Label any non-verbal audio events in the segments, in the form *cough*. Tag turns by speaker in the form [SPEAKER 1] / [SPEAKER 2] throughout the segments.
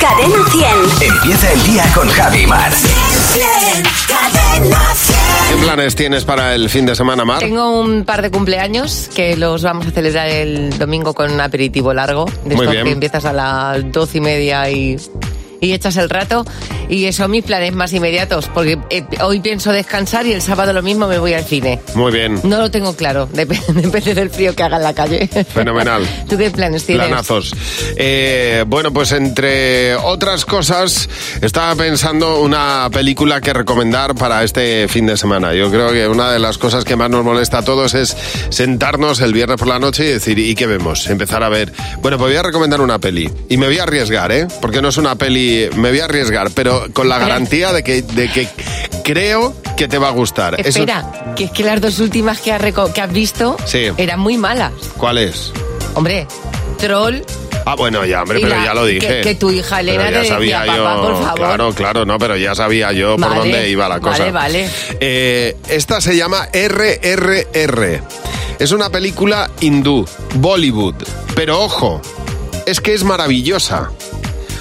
[SPEAKER 1] Cadena 100.
[SPEAKER 2] Empieza el día con Javi Mar.
[SPEAKER 1] Cadena 100.
[SPEAKER 3] ¿Qué planes tienes para el fin de semana, Mar?
[SPEAKER 4] Tengo un par de cumpleaños que los vamos a celebrar el domingo con un aperitivo largo. De
[SPEAKER 3] Muy
[SPEAKER 4] estos
[SPEAKER 3] bien.
[SPEAKER 4] que empiezas a las doce y media y, y echas el rato. Y eso, mis planes más inmediatos. Porque eh, hoy pienso descansar y el sábado lo mismo me voy al cine.
[SPEAKER 3] Muy bien,
[SPEAKER 4] No lo tengo claro. *laughs* dep- Depende del frío que haga en la calle.
[SPEAKER 3] fenomenal.
[SPEAKER 4] ¿Tú qué planes tienes?
[SPEAKER 3] Planazos. Eh, bueno, pues entre otras cosas, estaba pensando una película que recomendar para este fin de semana. Yo creo que una de las cosas que más nos molesta a todos es sentarnos el viernes por la noche y decir, ¿y qué vemos? Empezar a ver. Bueno, pues voy a recomendar una peli. Y me voy a arriesgar, ¿eh? Porque no es una peli. Me voy a arriesgar, pero con la garantía de que, de que creo que te va a gustar. Eso-
[SPEAKER 4] Espera, que es que las dos últimas que has, reco- que has visto
[SPEAKER 3] Sí.
[SPEAKER 4] eran muy malas.
[SPEAKER 3] ¿Cuál es?
[SPEAKER 4] Hombre, troll
[SPEAKER 3] Ah, bueno, ya, hombre,
[SPEAKER 4] Y
[SPEAKER 3] pero
[SPEAKER 4] la-
[SPEAKER 3] ya lo
[SPEAKER 4] que-
[SPEAKER 3] dije.
[SPEAKER 4] que tu hija
[SPEAKER 3] Pero
[SPEAKER 4] Elena
[SPEAKER 3] ya
[SPEAKER 4] te decía,
[SPEAKER 3] sabía yo,
[SPEAKER 4] "Papá, por favor".
[SPEAKER 3] Claro, claro, no, pero ya sabía yo por
[SPEAKER 4] Vale,
[SPEAKER 3] dónde iba la cosa.
[SPEAKER 4] vale, vale.
[SPEAKER 3] Eh, esta se llama RRR. Es una película hindú, Bollywood. Pero ojo, es que es maravillosa.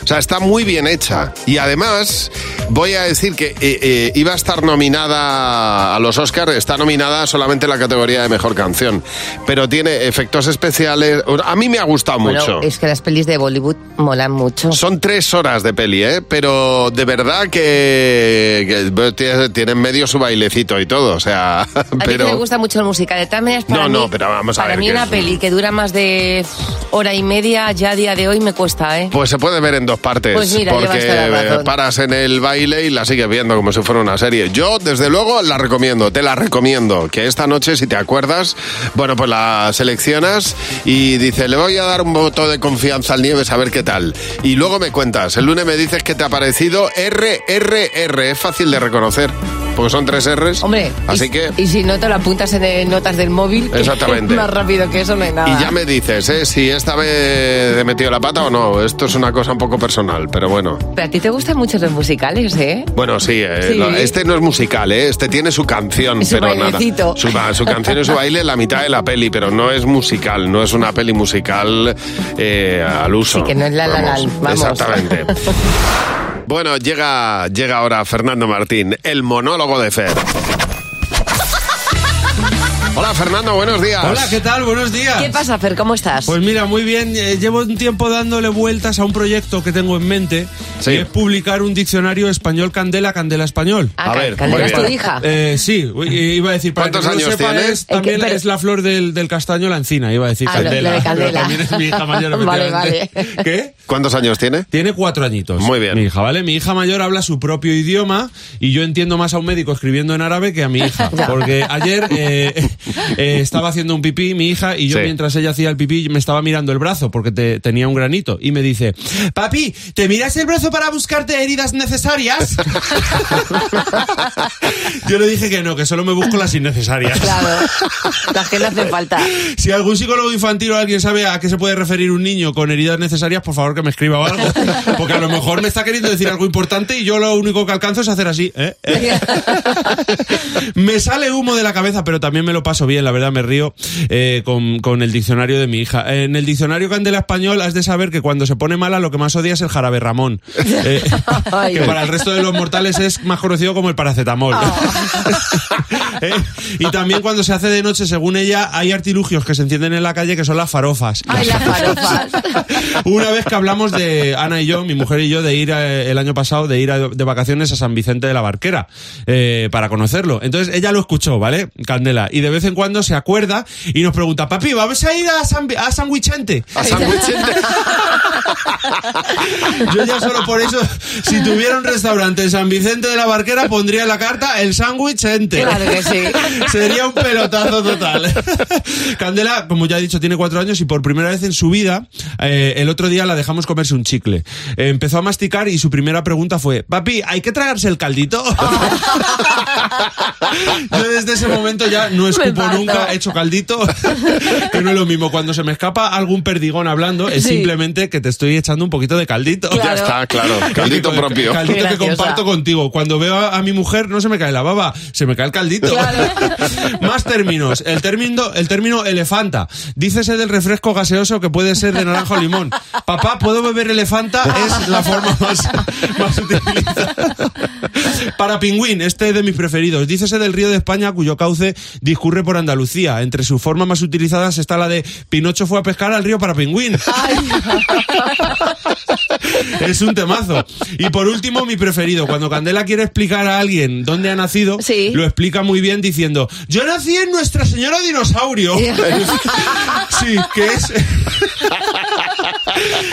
[SPEAKER 3] O sea, está muy bien hecha. Y además, voy a decir que eh, eh, iba a estar nominada a los Oscars, está nominada solamente en la categoría de mejor canción. Pero tiene efectos especiales. A mí me ha gustado
[SPEAKER 4] Bueno,
[SPEAKER 3] mucho.
[SPEAKER 4] es que las pelis de Bollywood molan mucho.
[SPEAKER 3] Son tres horas de peli, ¿eh? Pero de verdad que, que tiene- tienen medio su bailecito y todo, o sea, *laughs*
[SPEAKER 4] A mí que me
[SPEAKER 3] pero...
[SPEAKER 4] gusta mucho el musical. De todas maneras, para
[SPEAKER 3] No,
[SPEAKER 4] mí,
[SPEAKER 3] no, pero vamos a
[SPEAKER 4] para
[SPEAKER 3] ver
[SPEAKER 4] mí
[SPEAKER 3] que
[SPEAKER 4] una
[SPEAKER 3] es-
[SPEAKER 4] peli que dura más de hora y media, ya a día de hoy me cuesta, ¿eh?
[SPEAKER 3] Pues se puede ver en dos partes,
[SPEAKER 4] Pues mira, llevas
[SPEAKER 3] porque
[SPEAKER 4] toda la razón.
[SPEAKER 3] paras en el baile y la sigues viendo como si fuera una serie. Yo, desde luego, la recomiendo, te la recomiendo, que esta noche, si te acuerdas, bueno, pues la seleccionas y dice, le voy a dar un voto de confianza al Nieves a ver qué tal. Y luego me cuentas, el lunes me dices que te ha parecido RRR, es fácil de reconocer, porque son tres Rs.
[SPEAKER 4] Hombre,
[SPEAKER 3] así
[SPEAKER 4] y,
[SPEAKER 3] que...
[SPEAKER 4] y si no te lo apuntas en el- notas del móvil, que
[SPEAKER 3] Exactamente.
[SPEAKER 4] *laughs* más rápido que eso no hay nada.
[SPEAKER 3] Y ya me dices, ¿eh? Si esta vez he metido la pata o no. Esto es una cosa un poco personal, pero bueno.
[SPEAKER 4] Pero a ti te gustan mucho los musicales, ¿eh?
[SPEAKER 3] Bueno, sí, eh,
[SPEAKER 4] Sí.
[SPEAKER 3] lo- este no es musical, ¿eh? este tiene su canción,
[SPEAKER 4] Y su
[SPEAKER 3] pero nada.
[SPEAKER 4] bailecito.
[SPEAKER 3] Su, ba- su canción y su baile en la mitad de la peli, pero no es musical, no es una peli musical eh, al uso.
[SPEAKER 4] Sí, que no es La La Land, vamos. *laughs*
[SPEAKER 3] Exactamente. bueno, llega, llega ahora Fernando Martín, el monólogo de Fer. Hola Fernando, buenos días.
[SPEAKER 5] Hola, ¿qué tal? Buenos días.
[SPEAKER 4] ¿Qué pasa, Fer? ¿Cómo estás? *laughs*
[SPEAKER 5] Pues mira, muy bien. eh, Llevo un tiempo dándole vueltas a un proyecto que tengo en mente.
[SPEAKER 3] Sí.
[SPEAKER 5] y es publicar un diccionario español Candela, Candela español.
[SPEAKER 4] Ah,
[SPEAKER 3] a
[SPEAKER 4] Ca-
[SPEAKER 3] ver,
[SPEAKER 4] Candela
[SPEAKER 3] muy
[SPEAKER 4] es tu
[SPEAKER 3] bien.
[SPEAKER 4] hija.
[SPEAKER 5] Eh, sí, u- i- iba a decir, para
[SPEAKER 3] ¿Cuántos
[SPEAKER 5] que no lo
[SPEAKER 3] años
[SPEAKER 5] sepa,
[SPEAKER 3] tienes?
[SPEAKER 5] es- también
[SPEAKER 4] Eh, que- pero-
[SPEAKER 5] es la flor del, del castaño la encina, iba a decir
[SPEAKER 4] Ah, lo-
[SPEAKER 5] Candela.
[SPEAKER 4] lo de Candela.
[SPEAKER 5] pero también es mi hija
[SPEAKER 4] *laughs*
[SPEAKER 5] mayor.
[SPEAKER 4] Vale,
[SPEAKER 5] efectivamente.
[SPEAKER 4] vale.
[SPEAKER 5] ¿Qué?
[SPEAKER 3] ¿Cuántos años tiene?
[SPEAKER 5] Tiene cuatro añitos.
[SPEAKER 3] Muy bien.
[SPEAKER 5] Mi hija, ¿vale? Mi hija mayor habla su propio idioma y yo entiendo más a un médico escribiendo en árabe que a mi
[SPEAKER 3] *laughs*
[SPEAKER 5] hija. Porque ayer eh, eh, estaba haciendo un pipí mi hija y yo
[SPEAKER 3] Sí.
[SPEAKER 5] mientras ella hacía el pipí me estaba mirando el brazo porque te- tenía un granito y me dice, *laughs* papi, ¿te miras el brazo para buscarte heridas
[SPEAKER 6] *laughs*
[SPEAKER 5] necesarias? yo le dije que no, que solo me busco las innecesarias.
[SPEAKER 4] Claro, las que no hacen
[SPEAKER 3] *laughs*
[SPEAKER 4] falta.
[SPEAKER 5] *laughs* Si algún psicólogo infantil o alguien sabe a qué se puede referir un niño con heridas necesarias, por favor que me escriba o algo. Porque a lo mejor me está queriendo decir algo importante y yo lo único que alcanzo es hacer así. ¿eh? ¿eh? Me sale humo de la cabeza, pero también me lo paso bien, la verdad me río eh, con, con el diccionario de mi hija. En el diccionario Candela Español has de saber que cuando se pone mala lo que más odia es el jarabe Ramón. Eh,
[SPEAKER 4] *laughs* Ay.
[SPEAKER 5] que para el resto de los mortales es más conocido como el paracetamol.
[SPEAKER 4] Ah.
[SPEAKER 5] *laughs* ¿Eh? Y también cuando se hace de noche, según ella, hay artilugios que se encienden en la calle que son las farofas.
[SPEAKER 4] Ay, las farofas.
[SPEAKER 5] *laughs* Una vez que hablamos de Ana y yo, mi mujer y yo, de ir eh, el año pasado, de ir a- de vacaciones a San Vicente de la Barquera eh, para conocerlo. Entonces ella lo escuchó, ¿vale? Candela. Y de vez en cuando se acuerda y nos pregunta, papi, ¿vamos a ir a San, Vi- a San Vicente?
[SPEAKER 3] ¿A sándwiches?
[SPEAKER 5] *laughs* Yo ya solo por eso, *laughs* si tuviera un restaurante en San Vicente de la Barquera, pondría en la carta el sándwich ente.
[SPEAKER 4] Claro que sí.
[SPEAKER 5] *laughs* Sería un pelotazo total. *laughs* Candela, como ya he dicho, tiene cuatro años y por primera vez en su vida, eh, el otro día la dejamos comerse un chicle. Eh, empezó a masticar y su primera pregunta fue, papi, *laughs* ¿hay que tragarse el caldito? Yo desde ese momento ya no
[SPEAKER 4] Me
[SPEAKER 5] escupo
[SPEAKER 6] salvando.
[SPEAKER 5] nunca, hecho caldito. *laughs* que no es lo mismo. Cuando se me escapa algún perdigón hablando, es
[SPEAKER 6] Sí.
[SPEAKER 5] simplemente que te estoy echando un poquito de caldito.
[SPEAKER 6] Claro.
[SPEAKER 3] Ya está, claro. Caldito propio.
[SPEAKER 5] Caldito que
[SPEAKER 4] Graciosa.
[SPEAKER 5] comparto contigo. Cuando veo a, a mi mujer no se me cae la baba, se me cae el caldito. *laughs* Más términos. El término, el término elefanta. Dícese del refresco gaseoso que puede ser de naranja o limón. Papá, ¿puedo beber elefanta? Es la forma más, más utilizada. Para pingüín, este es de mis preferidos. Dícese del río de España cuyo cauce discurre por Andalucía. Entre sus formas más utilizadas está la de Pinocho fue a pescar al río para pingüín. Es un temazo. Y por último, mi preferido. Cuando Candela quiere explicar a alguien dónde ha nacido,
[SPEAKER 6] Sí.
[SPEAKER 5] lo explica muy bien diciendo, yo nací en Nuestra Señora Dinosaurio. *laughs* sí, que
[SPEAKER 4] *laughs*
[SPEAKER 5] es...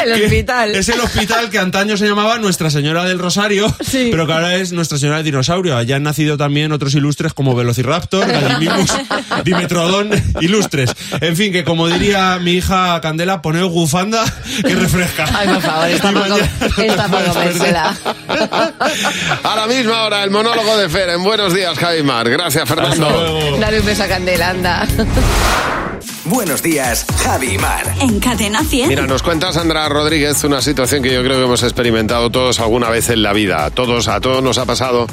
[SPEAKER 6] El
[SPEAKER 5] que
[SPEAKER 6] hospital.
[SPEAKER 5] Es el hospital que antaño se llamaba Nuestra Señora del Rosario,
[SPEAKER 6] Sí.
[SPEAKER 5] pero que ahora es Nuestra Señora del Dinosaurio. Allá han nacido también otros ilustres como Velociraptor,
[SPEAKER 4] *laughs*
[SPEAKER 5] Gallimimus, Dimetrodón, ilustres. En fin, que como diría mi hija Candela, poneos gufanda que refresca.
[SPEAKER 4] Ay, por favor, esta
[SPEAKER 5] Y
[SPEAKER 4] poco- *laughs*
[SPEAKER 5] mañana no
[SPEAKER 4] esta
[SPEAKER 5] te
[SPEAKER 4] poco
[SPEAKER 5] puedes perder.
[SPEAKER 4] pensela.
[SPEAKER 3] A la misma hora, el monólogo de Fer en Buenos Días, Javi Mar. Gracias, Fernando.
[SPEAKER 5] Hasta luego.
[SPEAKER 4] Dale un beso a Candela, anda.
[SPEAKER 7] Buenos días, Javi y Mar.
[SPEAKER 1] *laughs* En Cadena 100.
[SPEAKER 3] Mira, nos cuenta Sandra Rodríguez una situación que yo creo que hemos experimentado todos alguna vez en la vida. A todos, a todos nos ha pasado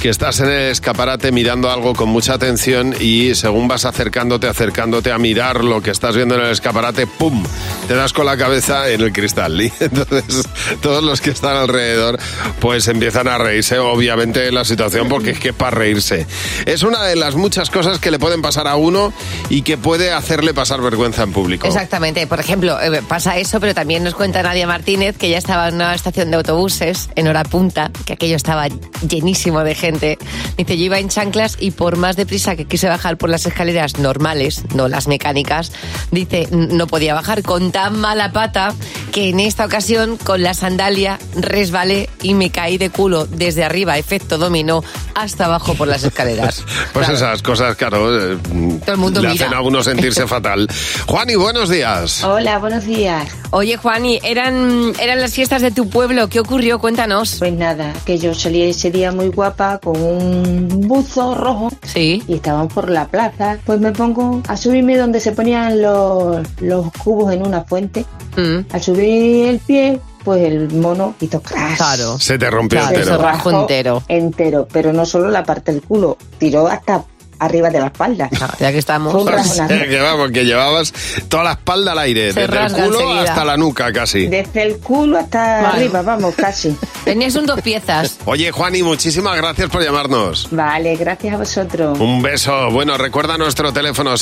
[SPEAKER 3] que estás en el escaparate mirando algo con mucha atención y según vas acercándote, acercándote a mirar lo que estás viendo en el escaparate, ¡pum! Te das con la cabeza en el cristal. *laughs* Y entonces todos los que están alrededor pues empiezan a reírse, obviamente, de la situación porque es que es para reírse. Es una de las muchas cosas que le pueden pasar a uno y que puede hacerle pasar vergüenza en público.
[SPEAKER 4] Exactamente. Por ejemplo, eh, pasa eso, pero también nos cuenta Nadia Martínez que ya estaba en una estación de autobuses en hora punta, que aquello estaba llenísimo de gente. Dice, yo iba en chanclas y por más deprisa que quise bajar por las escaleras normales, no las mecánicas, dice, "n- no podía bajar con tan mala pata que en esta ocasión con la sandalia resbalé y me caí de culo desde arriba, efecto dominó, hasta abajo por las escaleras.
[SPEAKER 3] Pues
[SPEAKER 4] Claro.
[SPEAKER 3] esas cosas, claro, eh,
[SPEAKER 4] Todo el mundo
[SPEAKER 3] le
[SPEAKER 4] mira. Oh.
[SPEAKER 3] hacen a uno
[SPEAKER 4] *laughs*
[SPEAKER 3] sentirse fatal. Juani, buenos días.
[SPEAKER 8] Hola, buenos días.
[SPEAKER 4] Oye, Juani, eran, eran las fiestas de tu pueblo. ¿Qué ocurrió? Cuéntanos.
[SPEAKER 8] Pues nada, que yo salí ese día muy guapa con un buzo rojo
[SPEAKER 4] Sí.
[SPEAKER 8] y estaban por la plaza. Pues me pongo a subirme donde se ponían los, los cubos en una fuente.
[SPEAKER 4] Mm.
[SPEAKER 8] Al subir el pie, pues el mono hizo crash.
[SPEAKER 4] Claro.
[SPEAKER 3] Se te rompió
[SPEAKER 4] Claro,
[SPEAKER 8] Se
[SPEAKER 4] Pero-
[SPEAKER 3] entero.
[SPEAKER 8] rajó
[SPEAKER 4] entero.
[SPEAKER 8] Entero, pero no solo la parte del culo, tiró hasta arriba de la espalda.
[SPEAKER 4] Ah, Ya que estamos.
[SPEAKER 8] Fue un
[SPEAKER 3] O sea,
[SPEAKER 8] rajonazo.
[SPEAKER 3] *laughs* que vamos, que llevabas toda la espalda al aire,
[SPEAKER 4] Se
[SPEAKER 3] desde el
[SPEAKER 4] rasga
[SPEAKER 3] culo
[SPEAKER 4] enseguida.
[SPEAKER 3] hasta la nuca casi.
[SPEAKER 8] Desde el culo hasta
[SPEAKER 4] Vale.
[SPEAKER 8] arriba, vamos, casi.
[SPEAKER 4] *laughs* Tenías un dos piezas.
[SPEAKER 3] Oye, Juani, muchísimas gracias por llamarnos.
[SPEAKER 8] Vale, gracias a vosotros.
[SPEAKER 3] Un beso. Bueno, recuerda nuestro teléfono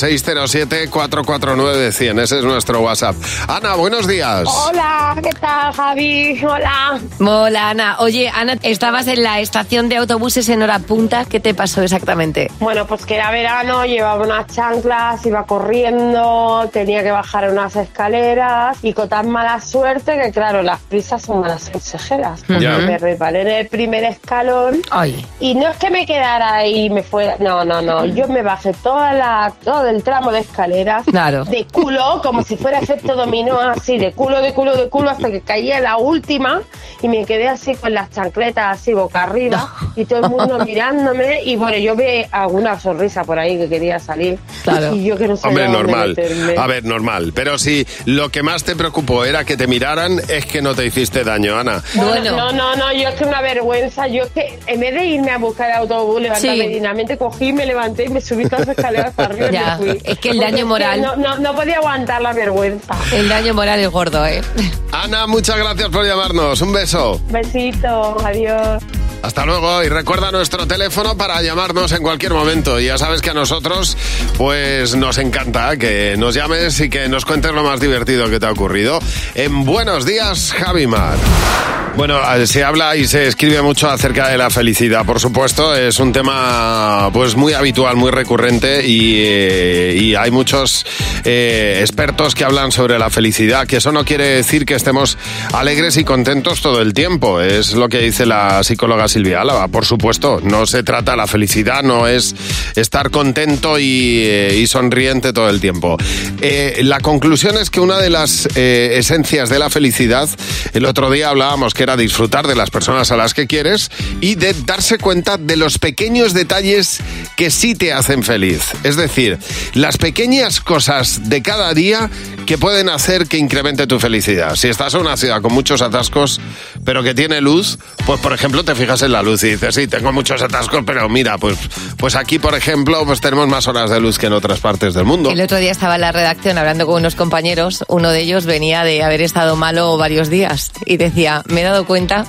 [SPEAKER 3] 607-449-100. Ese es nuestro WhatsApp. Ana, buenos días.
[SPEAKER 9] Hola, ¿qué tal, Javi? Hola.
[SPEAKER 4] Mola, Ana. Oye, Ana, estabas en la estación de autobuses en hora punta. ¿Qué te pasó exactamente?
[SPEAKER 9] Bueno, pues que era verano, llevaba unas chanclas, iba corriendo, tenía que bajar unas escaleras y con tan mala suerte que, claro, las prisas son malas consejeras.
[SPEAKER 3] Ya.
[SPEAKER 9] Me resbalé en el primer escalón
[SPEAKER 10] Ah,
[SPEAKER 4] Ay.
[SPEAKER 9] y no es que me quedara ahí y me fuera. No, no, no.
[SPEAKER 4] Mm.
[SPEAKER 9] Yo me bajé toda la, todo el tramo de escaleras
[SPEAKER 4] Claro.
[SPEAKER 9] de culo, como si fuera efecto dominó, así, de culo, de culo, de culo, hasta que caía la última y me quedé así con las chancletas así boca arriba y todo el
[SPEAKER 4] *laughs*
[SPEAKER 9] mundo mirándome. Y bueno, yo vi alguna sonrisa por ahí que quería salir.
[SPEAKER 4] Claro.
[SPEAKER 9] Y yo que no sabía
[SPEAKER 3] Hombre,
[SPEAKER 9] dónde
[SPEAKER 3] normal.
[SPEAKER 9] meterme.
[SPEAKER 3] A ver, normal. Pero si lo que más te preocupó era que te miraran, es que no te hiciste daño, Ana.
[SPEAKER 4] Bueno.
[SPEAKER 9] No, no, no, yo es que una vergüenza. Yo es que en vez de irme a buscar el autobús, levantarme
[SPEAKER 4] Sí.
[SPEAKER 9] dignamente, cogí, me levanté y me subí todas las escaleras para arriba. y me
[SPEAKER 4] Ya,
[SPEAKER 9] fui.
[SPEAKER 4] es que el daño
[SPEAKER 9] Porque es
[SPEAKER 4] moral-
[SPEAKER 9] No, no, no podía aguantar la vergüenza.
[SPEAKER 4] El daño moral es gordo, ¿eh?
[SPEAKER 3] Ana, muchas gracias por llamarnos. Un beso.
[SPEAKER 9] Besito, adiós.
[SPEAKER 3] Hasta luego y recuerda nuestro teléfono para llamarnos en cualquier momento. Y Ya sabes que a nosotros pues nos encanta que nos llames y que nos cuentes lo más divertido que te ha ocurrido. En Buenos días, Javimar. Bueno, eh, se habla y se escribe mucho acerca de la felicidad, por supuesto, es un tema pues muy habitual, muy recurrente y, eh, y hay muchos eh, expertos que hablan sobre la felicidad, que eso no quiere decir que estemos alegres y contentos todo el tiempo, es lo que dice la psicóloga Silvia Álava, por supuesto, no se trata la felicidad, no es estar contento y, eh, y sonriente todo el tiempo. Eh, la conclusión es que una de las eh, esencias de la felicidad, el otro día hablábamos que que era disfrutar de las personas a las que quieres y de darse cuenta de los pequeños detalles que sí te hacen feliz. Es decir, las pequeñas cosas de cada día que pueden hacer que incremente tu felicidad. Si estás en una ciudad con muchos atascos, pero que tiene luz, pues por ejemplo te fijas en la luz y dices, sí, tengo muchos atascos, pero mira, pues, pues aquí por ejemplo pues tenemos más horas de luz que en otras partes del mundo.
[SPEAKER 4] El otro día estaba en la redacción hablando con unos compañeros. Uno de ellos venía de haber estado malo varios días y decía, me he dado cuenta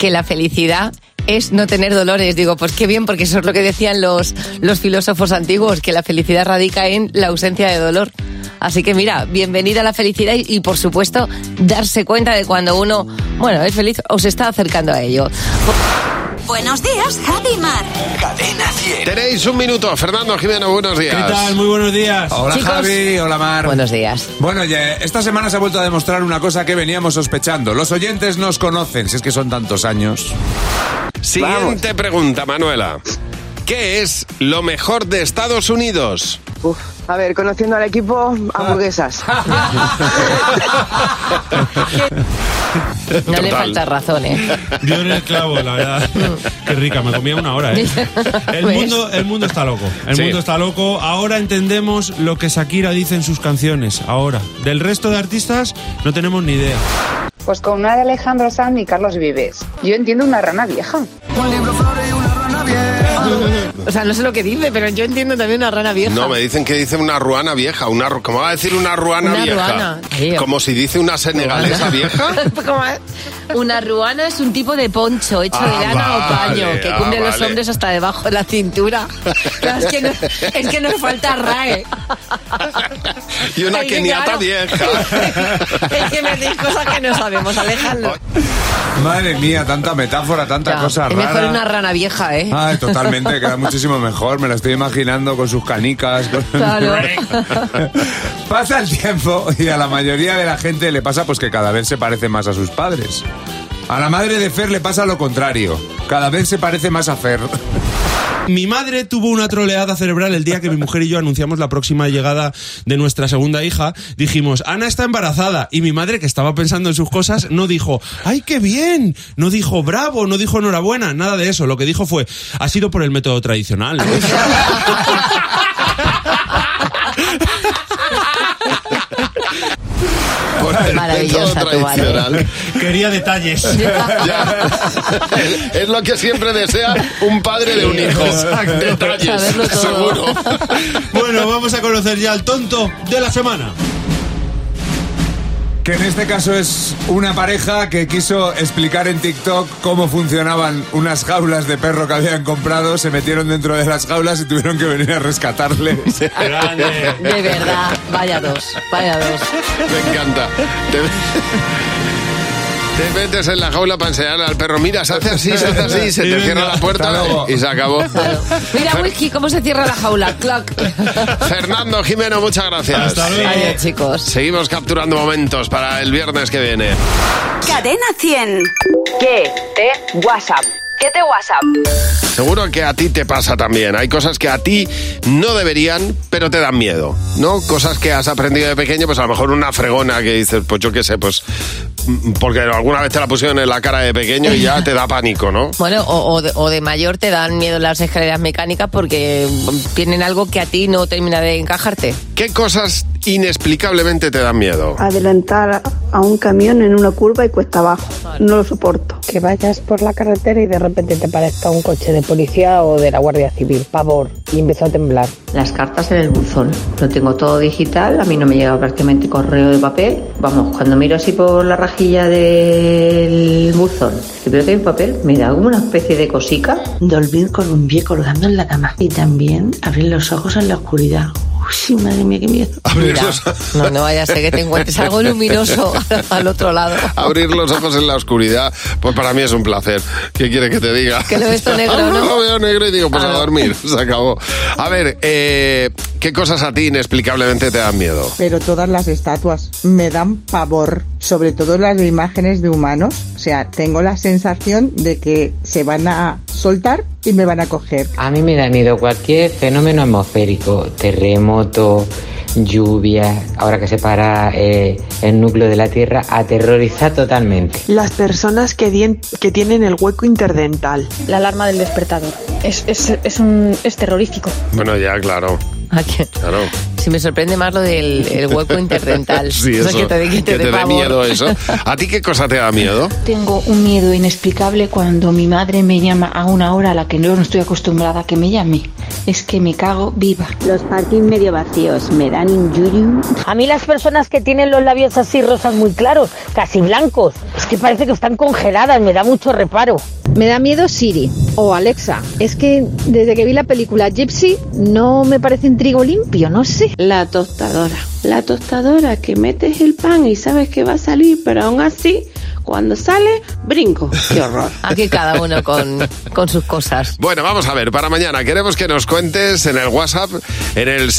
[SPEAKER 4] que la felicidad es no tener dolores. Digo, pues qué bien, porque eso es lo que decían los, los filósofos antiguos, que la felicidad radica en la ausencia de dolor. Así que mira, bienvenida a la felicidad y, y, por supuesto darse cuenta de cuando uno, bueno, es feliz o se está acercando a ello.
[SPEAKER 1] Buenos días, Javi Mar.
[SPEAKER 2] Cadena 100.
[SPEAKER 3] Tenéis un minuto. Fernando Jimeno, buenos días.
[SPEAKER 5] ¿Qué tal? Muy buenos días.
[SPEAKER 11] Hola
[SPEAKER 4] Chicos.
[SPEAKER 11] Javi, hola Mar.
[SPEAKER 4] Buenos días.
[SPEAKER 11] Bueno, ya, esta semana se ha vuelto a demostrar una cosa que veníamos sospechando. Los oyentes nos conocen, si es que son tantos años.
[SPEAKER 3] Siguiente pregunta, Manuela. ¿Qué es lo mejor de Estados
[SPEAKER 4] *laughs*
[SPEAKER 3] Unidos?
[SPEAKER 12] Uf, a ver, conociendo al equipo, hamburguesas.
[SPEAKER 4] No le
[SPEAKER 3] Total.
[SPEAKER 4] falta razón, ¿eh?
[SPEAKER 5] Dio en el clavo, la verdad. Qué rica, me comía una hora, ¿eh? El
[SPEAKER 4] ¿Ves?
[SPEAKER 5] mundo, el mundo está loco. El
[SPEAKER 3] Sí.
[SPEAKER 5] mundo está loco. Ahora entendemos lo que Shakira dice en sus canciones. Ahora. Del resto de artistas no tenemos ni idea.
[SPEAKER 13] Pues con una de Alejandro Sanz y Carlos Vives. Yo entiendo una rana vieja.
[SPEAKER 4] *laughs* O sea, no sé lo que dice, pero yo entiendo también una rana vieja.
[SPEAKER 3] No, me dicen que dice una ruana vieja. Una, ru- ¿Cómo va a decir una ruana
[SPEAKER 4] Una
[SPEAKER 3] vieja?
[SPEAKER 4] ruana, tío.
[SPEAKER 3] Como si dice una senegalesa
[SPEAKER 4] *laughs*
[SPEAKER 3] vieja.
[SPEAKER 4] ¿Cómo es? Una ruana es un tipo de poncho hecho
[SPEAKER 3] Ah,
[SPEAKER 4] de lana
[SPEAKER 3] vale,
[SPEAKER 4] o paño que
[SPEAKER 3] ah,
[SPEAKER 4] cubre los
[SPEAKER 3] vale.
[SPEAKER 4] hombres hasta debajo de la cintura. Claro, es, que no- es que nos
[SPEAKER 3] *laughs*
[SPEAKER 4] falta RAE.
[SPEAKER 3] Y una
[SPEAKER 4] Ay, qué
[SPEAKER 3] keniata
[SPEAKER 4] claro.
[SPEAKER 3] vieja.
[SPEAKER 4] es que me decís cosas que no sabemos, Alejandro.
[SPEAKER 11] *laughs*
[SPEAKER 3] Oh,
[SPEAKER 11] Madre mía, tanta metáfora, tanta
[SPEAKER 4] Ya,
[SPEAKER 11] cosa
[SPEAKER 4] es
[SPEAKER 11] rara.
[SPEAKER 4] mejor una rana vieja, ¿eh?
[SPEAKER 11] Ay, totalmente, queda muchísimo mejor. Me la estoy imaginando con sus canicas. con-
[SPEAKER 4] *laughs*
[SPEAKER 11] *laughs*
[SPEAKER 3] *laughs*
[SPEAKER 4] Claro.
[SPEAKER 11] Pasa el tiempo y a la mayoría de la gente le pasa pues que cada vez se parece más a sus padres. A la madre de Fer le pasa lo contrario. Cada vez se parece más a Fer.
[SPEAKER 5] Mi madre tuvo una troleada cerebral el día que mi mujer y yo anunciamos la próxima llegada de nuestra segunda hija. Dijimos, Ana está embarazada. Y mi madre, que estaba pensando en sus cosas, no dijo, ¡ay, qué bien! No dijo bravo, no dijo enhorabuena, nada de eso. Lo que dijo fue, ha sido por el método tradicional.
[SPEAKER 3] Por el
[SPEAKER 4] Maravillosa
[SPEAKER 3] método
[SPEAKER 4] tu madre.
[SPEAKER 3] tradicional.
[SPEAKER 5] Quería detalles.
[SPEAKER 4] *laughs*
[SPEAKER 3] Ya. *laughs* Es- Es lo que siempre desea un padre de un hijo.
[SPEAKER 5] Exacto.
[SPEAKER 3] Detalles,
[SPEAKER 5] *laughs*
[SPEAKER 4] Saberlo todo.
[SPEAKER 3] seguro.
[SPEAKER 5] Bueno, vamos a conocer ya al tonto de la semana.
[SPEAKER 11] Que en este caso es una pareja que quiso explicar en TikTok cómo funcionaban unas jaulas de perro que habían comprado, se metieron dentro de las jaulas y tuvieron que venir a rescatarles.
[SPEAKER 5] Grande.
[SPEAKER 4] De verdad, vaya dos, vaya dos.
[SPEAKER 3] Me encanta. Te, te metes en la jaula para enseñar al perro. Mira, se hace así, se hace así, se
[SPEAKER 5] Y
[SPEAKER 3] te
[SPEAKER 5] venga,
[SPEAKER 3] cierra la puerta
[SPEAKER 11] hasta luego.
[SPEAKER 3] y se acabó.
[SPEAKER 4] Claro. Mira, Whisky, cómo se cierra la jaula. Clock.
[SPEAKER 3] Fernando Jimeno, muchas gracias.
[SPEAKER 5] Hasta luego.
[SPEAKER 4] Adiós, chicos.
[SPEAKER 3] Seguimos capturando momentos para el viernes que viene.
[SPEAKER 1] Cadena 100.
[SPEAKER 13] ¿Qué te WhatsApp? ¿Qué te WhatsApp?
[SPEAKER 3] Seguro que a ti te pasa también. Hay cosas que a ti no deberían, pero te dan miedo, ¿no? Cosas que has aprendido de pequeño, pues a lo mejor una fregona que dices, pues yo qué sé, pues mm, porque alguna vez te la pusieron en la cara de pequeño y ya te da pánico, ¿no?
[SPEAKER 4] Bueno, o, o de, o de mayor te dan miedo las escaleras mecánicas porque tienen algo que a ti no termina de encajarte.
[SPEAKER 3] ¿Qué cosas inexplicablemente te dan miedo?
[SPEAKER 10] Adelantar a un camión en una curva y cuesta abajo. No lo soporto.
[SPEAKER 12] Que vayas por la carretera y de repente te parezca un coche de policía o de la Guardia Civil. Pavor. Y empezó a temblar.
[SPEAKER 14] Las cartas en el buzón. Lo tengo todo digital, a mí no me llega prácticamente correo de papel. Vamos, cuando miro así por la rajilla del buzón, que veo que hay un papel, me da como una especie de cosica.
[SPEAKER 12] Dormir con un pie colgando en la cama. Y también abrir los ojos en la oscuridad. Uy, madre mía, qué miedo.
[SPEAKER 4] Mira, no, no vaya a ser que
[SPEAKER 3] *laughs*
[SPEAKER 4] te encuentres algo luminoso *laughs* al otro lado.
[SPEAKER 3] Abrir los ojos en la oscuridad, pues para mí es un placer. ¿Qué quiere que te diga?
[SPEAKER 4] Que lo ves
[SPEAKER 3] *laughs*
[SPEAKER 4] todo negro,
[SPEAKER 3] Ah,
[SPEAKER 4] ¿no?
[SPEAKER 3] Lo veo negro y digo, pues a
[SPEAKER 4] Ah.
[SPEAKER 3] dormir, *laughs* se acabó. A ver, eh, ¿qué cosas a ti inexplicablemente te dan miedo?
[SPEAKER 12] Pero todas las estatuas me dan pavor, sobre todo las de imágenes de humanos. O sea, tengo la sensación de que se van a soltar y me van a coger.
[SPEAKER 14] A mí me da miedo cualquier fenómeno atmosférico, terremoto,
[SPEAKER 15] lluvias, ahora que se para eh, el núcleo de la Tierra, aterroriza totalmente.
[SPEAKER 16] Las personas que, dien- que tienen el hueco interdental.
[SPEAKER 17] La alarma del despertador. Es, es, es, un, es terrorífico.
[SPEAKER 3] Bueno, ya, claro.
[SPEAKER 4] ¿A qué?
[SPEAKER 3] Claro.
[SPEAKER 4] Si me sorprende más lo del el hueco interdental.
[SPEAKER 3] *laughs* Sí,
[SPEAKER 4] O sea,
[SPEAKER 3] eso.
[SPEAKER 4] que te, dé- que te dé
[SPEAKER 3] dé
[SPEAKER 4] pavor.
[SPEAKER 3] miedo eso.
[SPEAKER 4] *laughs*
[SPEAKER 3] ¿A ti qué cosa te da miedo?
[SPEAKER 18] Tengo un miedo inexplicable cuando mi madre me llama a una hora a la que yo no estoy acostumbrada a que me llame. Es que me cago viva. Los parkings medio vacíos me dan injurium.
[SPEAKER 19] A mí las personas que tienen los labios así rosas muy claros, casi blancos, es que parece que están congeladas, me da mucho reparo.
[SPEAKER 20] Me da miedo Siri o Alexa. Es que desde que vi la película Gypsy no me parece un trigo limpio, no sé.
[SPEAKER 21] La tostadora. La tostadora que metes el pan y sabes que va a salir, pero aún así, cuando sale, brinco. Qué horror.
[SPEAKER 4] Aquí cada uno con, con sus cosas.
[SPEAKER 3] Bueno, vamos a ver, para mañana queremos que nos cuentes en el WhatsApp, en el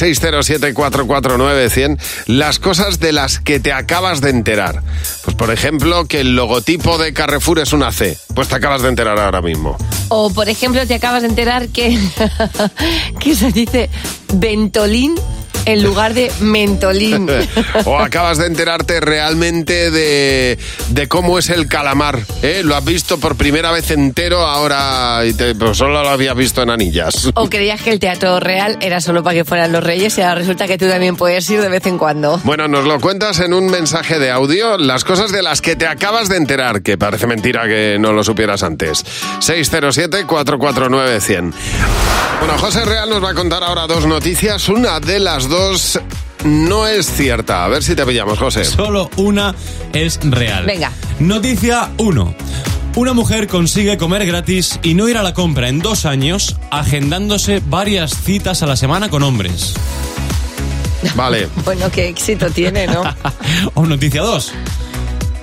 [SPEAKER 3] 607-449-100, las cosas de las que te acabas de enterar. Pues por ejemplo, que el logotipo de Carrefour es una C. Pues te acabas de enterar ahora mismo.
[SPEAKER 4] O, por ejemplo, te acabas de enterar que, *laughs* que se dice ventolín en lugar de mentolín.
[SPEAKER 3] *laughs* o acabas de enterarte realmente de, de cómo es el calamar. ¿eh? Lo has visto por primera vez entero ahora y te- pues solo lo habías visto en anillas.
[SPEAKER 4] O creías que el teatro real era solo para que fueran los reyes y ahora resulta que tú también puedes ir de vez en cuando.
[SPEAKER 3] Bueno, nos lo cuentas en un mensaje de audio, las cosas de las que te acabas de enterar, que parece mentira que no lo supieras antes. 607-449-100. Bueno, José Real nos va a contar ahora dos noticias. Una de las dos no es cierta. A ver si te pillamos, José.
[SPEAKER 6] Solo una es real.
[SPEAKER 4] Venga.
[SPEAKER 6] Noticia 1. Una mujer consigue comer gratis y no ir a la compra en dos años, agendándose varias citas a la semana con hombres.
[SPEAKER 3] Vale.
[SPEAKER 4] Bueno, qué éxito tiene, ¿no?
[SPEAKER 6] *laughs* o noticia 2.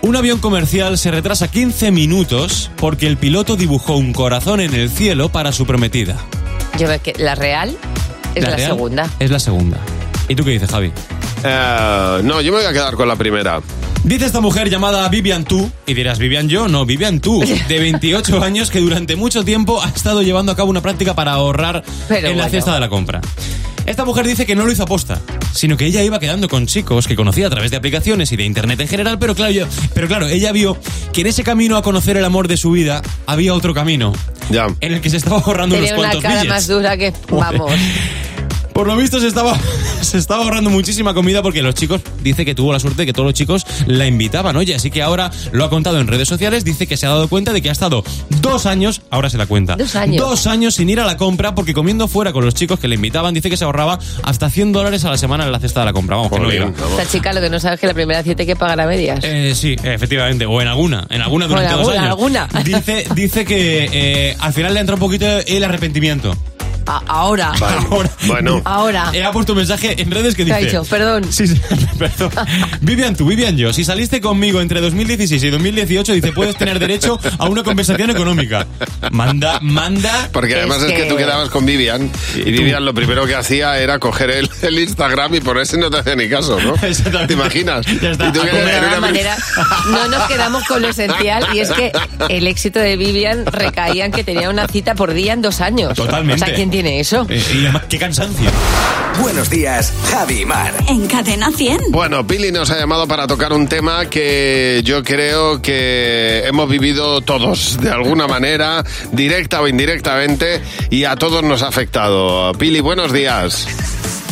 [SPEAKER 6] Un avión comercial se retrasa 15 minutos porque el piloto dibujó un corazón en el cielo para su prometida.
[SPEAKER 4] *laughs* Yo creo que la real es la,
[SPEAKER 6] real
[SPEAKER 4] segunda.
[SPEAKER 6] Es la segunda. ¿Y tú qué dices, Javi?
[SPEAKER 3] Eh, no, yo me voy a quedar con la primera.
[SPEAKER 6] Dice esta mujer llamada Vivian Tú, y dirás, Vivian yo, no, Vivian Tú,
[SPEAKER 4] *laughs*
[SPEAKER 6] de 28 años que durante mucho tiempo ha estado llevando a cabo una práctica para ahorrar
[SPEAKER 22] Pero
[SPEAKER 6] en la
[SPEAKER 22] bueno.
[SPEAKER 6] cesta de la compra. Esta mujer dice que no lo hizo aposta, sino que ella iba quedando con chicos que conocía a través de aplicaciones y de internet en general, pero claro, yo- pero claro, ella vio que en ese camino a conocer el amor de su vida había otro camino. En el que se estaba ahorrando
[SPEAKER 4] Tiene
[SPEAKER 6] unos
[SPEAKER 4] una
[SPEAKER 6] cuantos
[SPEAKER 4] cara
[SPEAKER 6] billetes.
[SPEAKER 4] más dura que... Vamos.
[SPEAKER 6] Pues, *laughs* Por lo visto se estaba, *laughs* se estaba ahorrando muchísima comida porque los chicos, dice que tuvo la suerte de que todos los chicos la invitaban, oye, así que ahora lo ha contado en redes sociales, dice que se ha dado cuenta de que ha estado dos años, ahora se la cuenta,
[SPEAKER 4] Dos años.
[SPEAKER 6] dos años sin ir a la compra porque comiendo fuera con los chicos que le invitaban, dice que se ahorraba hasta 100 dólares a la semana en la cesta de la compra, vamos, que no iba.
[SPEAKER 4] Esta chica lo que no sabe es que la primera cita hay que pagar a medias.
[SPEAKER 6] Eh, sí, efectivamente, o en alguna, en alguna
[SPEAKER 4] O en
[SPEAKER 6] durante dos
[SPEAKER 4] alguna,
[SPEAKER 6] años.
[SPEAKER 4] alguna.
[SPEAKER 6] *laughs* Dice, dice que eh, al final le entra un poquito el arrepentimiento.
[SPEAKER 4] A- ahora.
[SPEAKER 6] Ahora.
[SPEAKER 3] Bueno.
[SPEAKER 4] Ahora.
[SPEAKER 6] He puesto un mensaje en redes que
[SPEAKER 4] Te ha
[SPEAKER 6] dice...
[SPEAKER 4] dicho, perdón.
[SPEAKER 6] Sí, *laughs* sí, perdón. Vivian, tú, Vivian, yo. Si saliste conmigo entre 2016 y 2018, dice, puedes tener derecho a una compensación económica. Manda, manda.
[SPEAKER 3] Porque además es que... tú quedabas con Vivian y, Vivian lo primero que hacía era coger el, el Instagram y ponerse no te hacía ni caso, ¿no? ¿Te imaginas? Y tú que-
[SPEAKER 4] De
[SPEAKER 3] era
[SPEAKER 4] alguna
[SPEAKER 3] una-
[SPEAKER 4] manera, no nos quedamos con lo esencial y es que el éxito de Vivian recaía en que tenía una cita por día en dos años.
[SPEAKER 2] Totalmente.
[SPEAKER 4] O sea, ¿quién tiene eso?
[SPEAKER 6] Eh, Y además, qué cansancio.
[SPEAKER 2] Buenos días, Javi Mar.
[SPEAKER 1] En Cadena 100.
[SPEAKER 3] Bueno, Pili nos ha llamado para tocar un tema que yo creo que hemos vivido todos, de alguna manera, directa o indirectamente, y a todos nos ha afectado. Pili, buenos días.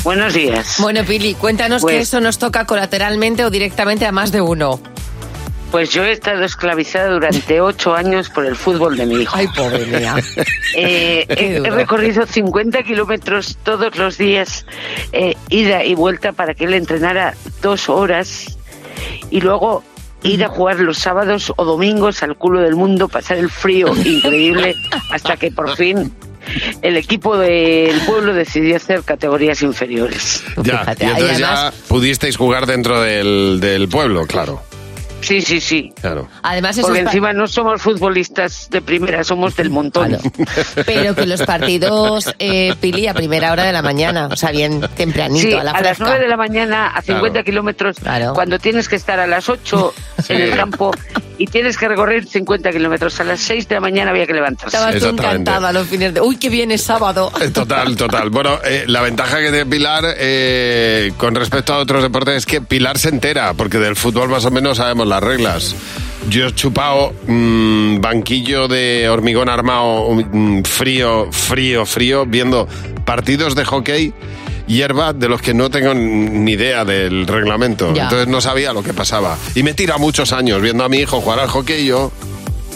[SPEAKER 23] Buenos días.
[SPEAKER 4] Bueno, Pili, cuéntanos
[SPEAKER 23] Pues-
[SPEAKER 4] que eso nos toca colateralmente o directamente a más de uno.
[SPEAKER 23] Pues yo he estado esclavizada durante ocho años por el fútbol de mi hijo.
[SPEAKER 4] Ay, pobre mía.
[SPEAKER 23] *laughs* Eh,
[SPEAKER 4] *laughs* Qué
[SPEAKER 23] he, he
[SPEAKER 4] duro.
[SPEAKER 23] recorrido 50 kilómetros todos los días, eh, ida y vuelta, para que él entrenara dos horas y luego ir
[SPEAKER 4] Mm.
[SPEAKER 23] a jugar los sábados o domingos al culo del mundo, pasar el frío
[SPEAKER 4] *laughs*
[SPEAKER 23] increíble, hasta que por fin el equipo del pueblo decidió hacer categorías inferiores.
[SPEAKER 3] Ya, y entonces ya pudisteis jugar dentro del, del pueblo, claro.
[SPEAKER 23] Sí, sí, sí.
[SPEAKER 3] Claro.
[SPEAKER 4] Además, esos
[SPEAKER 23] Porque
[SPEAKER 4] pa-
[SPEAKER 23] encima no somos futbolistas de primera, somos del montón.
[SPEAKER 4] Pero que los partidos, eh, Pili, a primera hora de la mañana, o sea, bien tempranito,
[SPEAKER 23] Sí,
[SPEAKER 4] a la
[SPEAKER 23] las
[SPEAKER 4] fresca.
[SPEAKER 23] 9 de la mañana, a 50
[SPEAKER 4] Claro.
[SPEAKER 23] kilómetros, cuando tienes que estar a las 8 en el campo y tienes que recorrer 50 kilómetros. A las 6 de la mañana había que levantarse.
[SPEAKER 4] Estabas tú
[SPEAKER 23] Exactamente.
[SPEAKER 4] encantada los fines de... Uy, qué bien es sábado.
[SPEAKER 3] Eh, *laughs* Total, total. Bueno, eh, la ventaja que tiene Pilar eh, con respecto a otros deportes es que Pilar se entera, porque del fútbol más o menos sabemos las reglas. Yo he chupado mm, banquillo de hormigón armado mm, frío, frío, frío, viendo partidos de hockey hierba de los que no tengo ni idea del reglamento.
[SPEAKER 4] Ya.
[SPEAKER 3] Entonces no sabía lo que pasaba. Y me tira muchos años viendo a mi hijo jugar al hockey y yo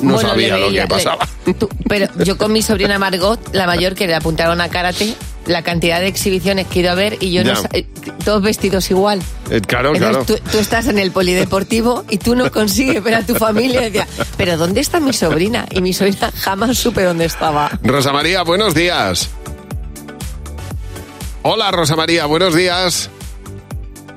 [SPEAKER 3] no
[SPEAKER 4] Bueno,
[SPEAKER 3] sabía
[SPEAKER 4] le
[SPEAKER 3] lo
[SPEAKER 4] veía-
[SPEAKER 3] que
[SPEAKER 4] le-
[SPEAKER 3] pasaba.
[SPEAKER 4] Tú- pero yo con mi sobrina Margot, la mayor que le apuntaron a karate, la cantidad de exhibiciones que he ido a ver y yo
[SPEAKER 3] Ya.
[SPEAKER 4] no... sa- eh, Todos vestidos igual.
[SPEAKER 3] *laughs* Eh, claro, claro.
[SPEAKER 4] Entonces tú, tú estás en el polideportivo y tú no consigues ver a tu familia y decía, pero ¿dónde está mi sobrina? Y mi sobrina jamás supe dónde estaba.
[SPEAKER 3] Rosa María, buenos días. Hola, Rosa María, buenos días.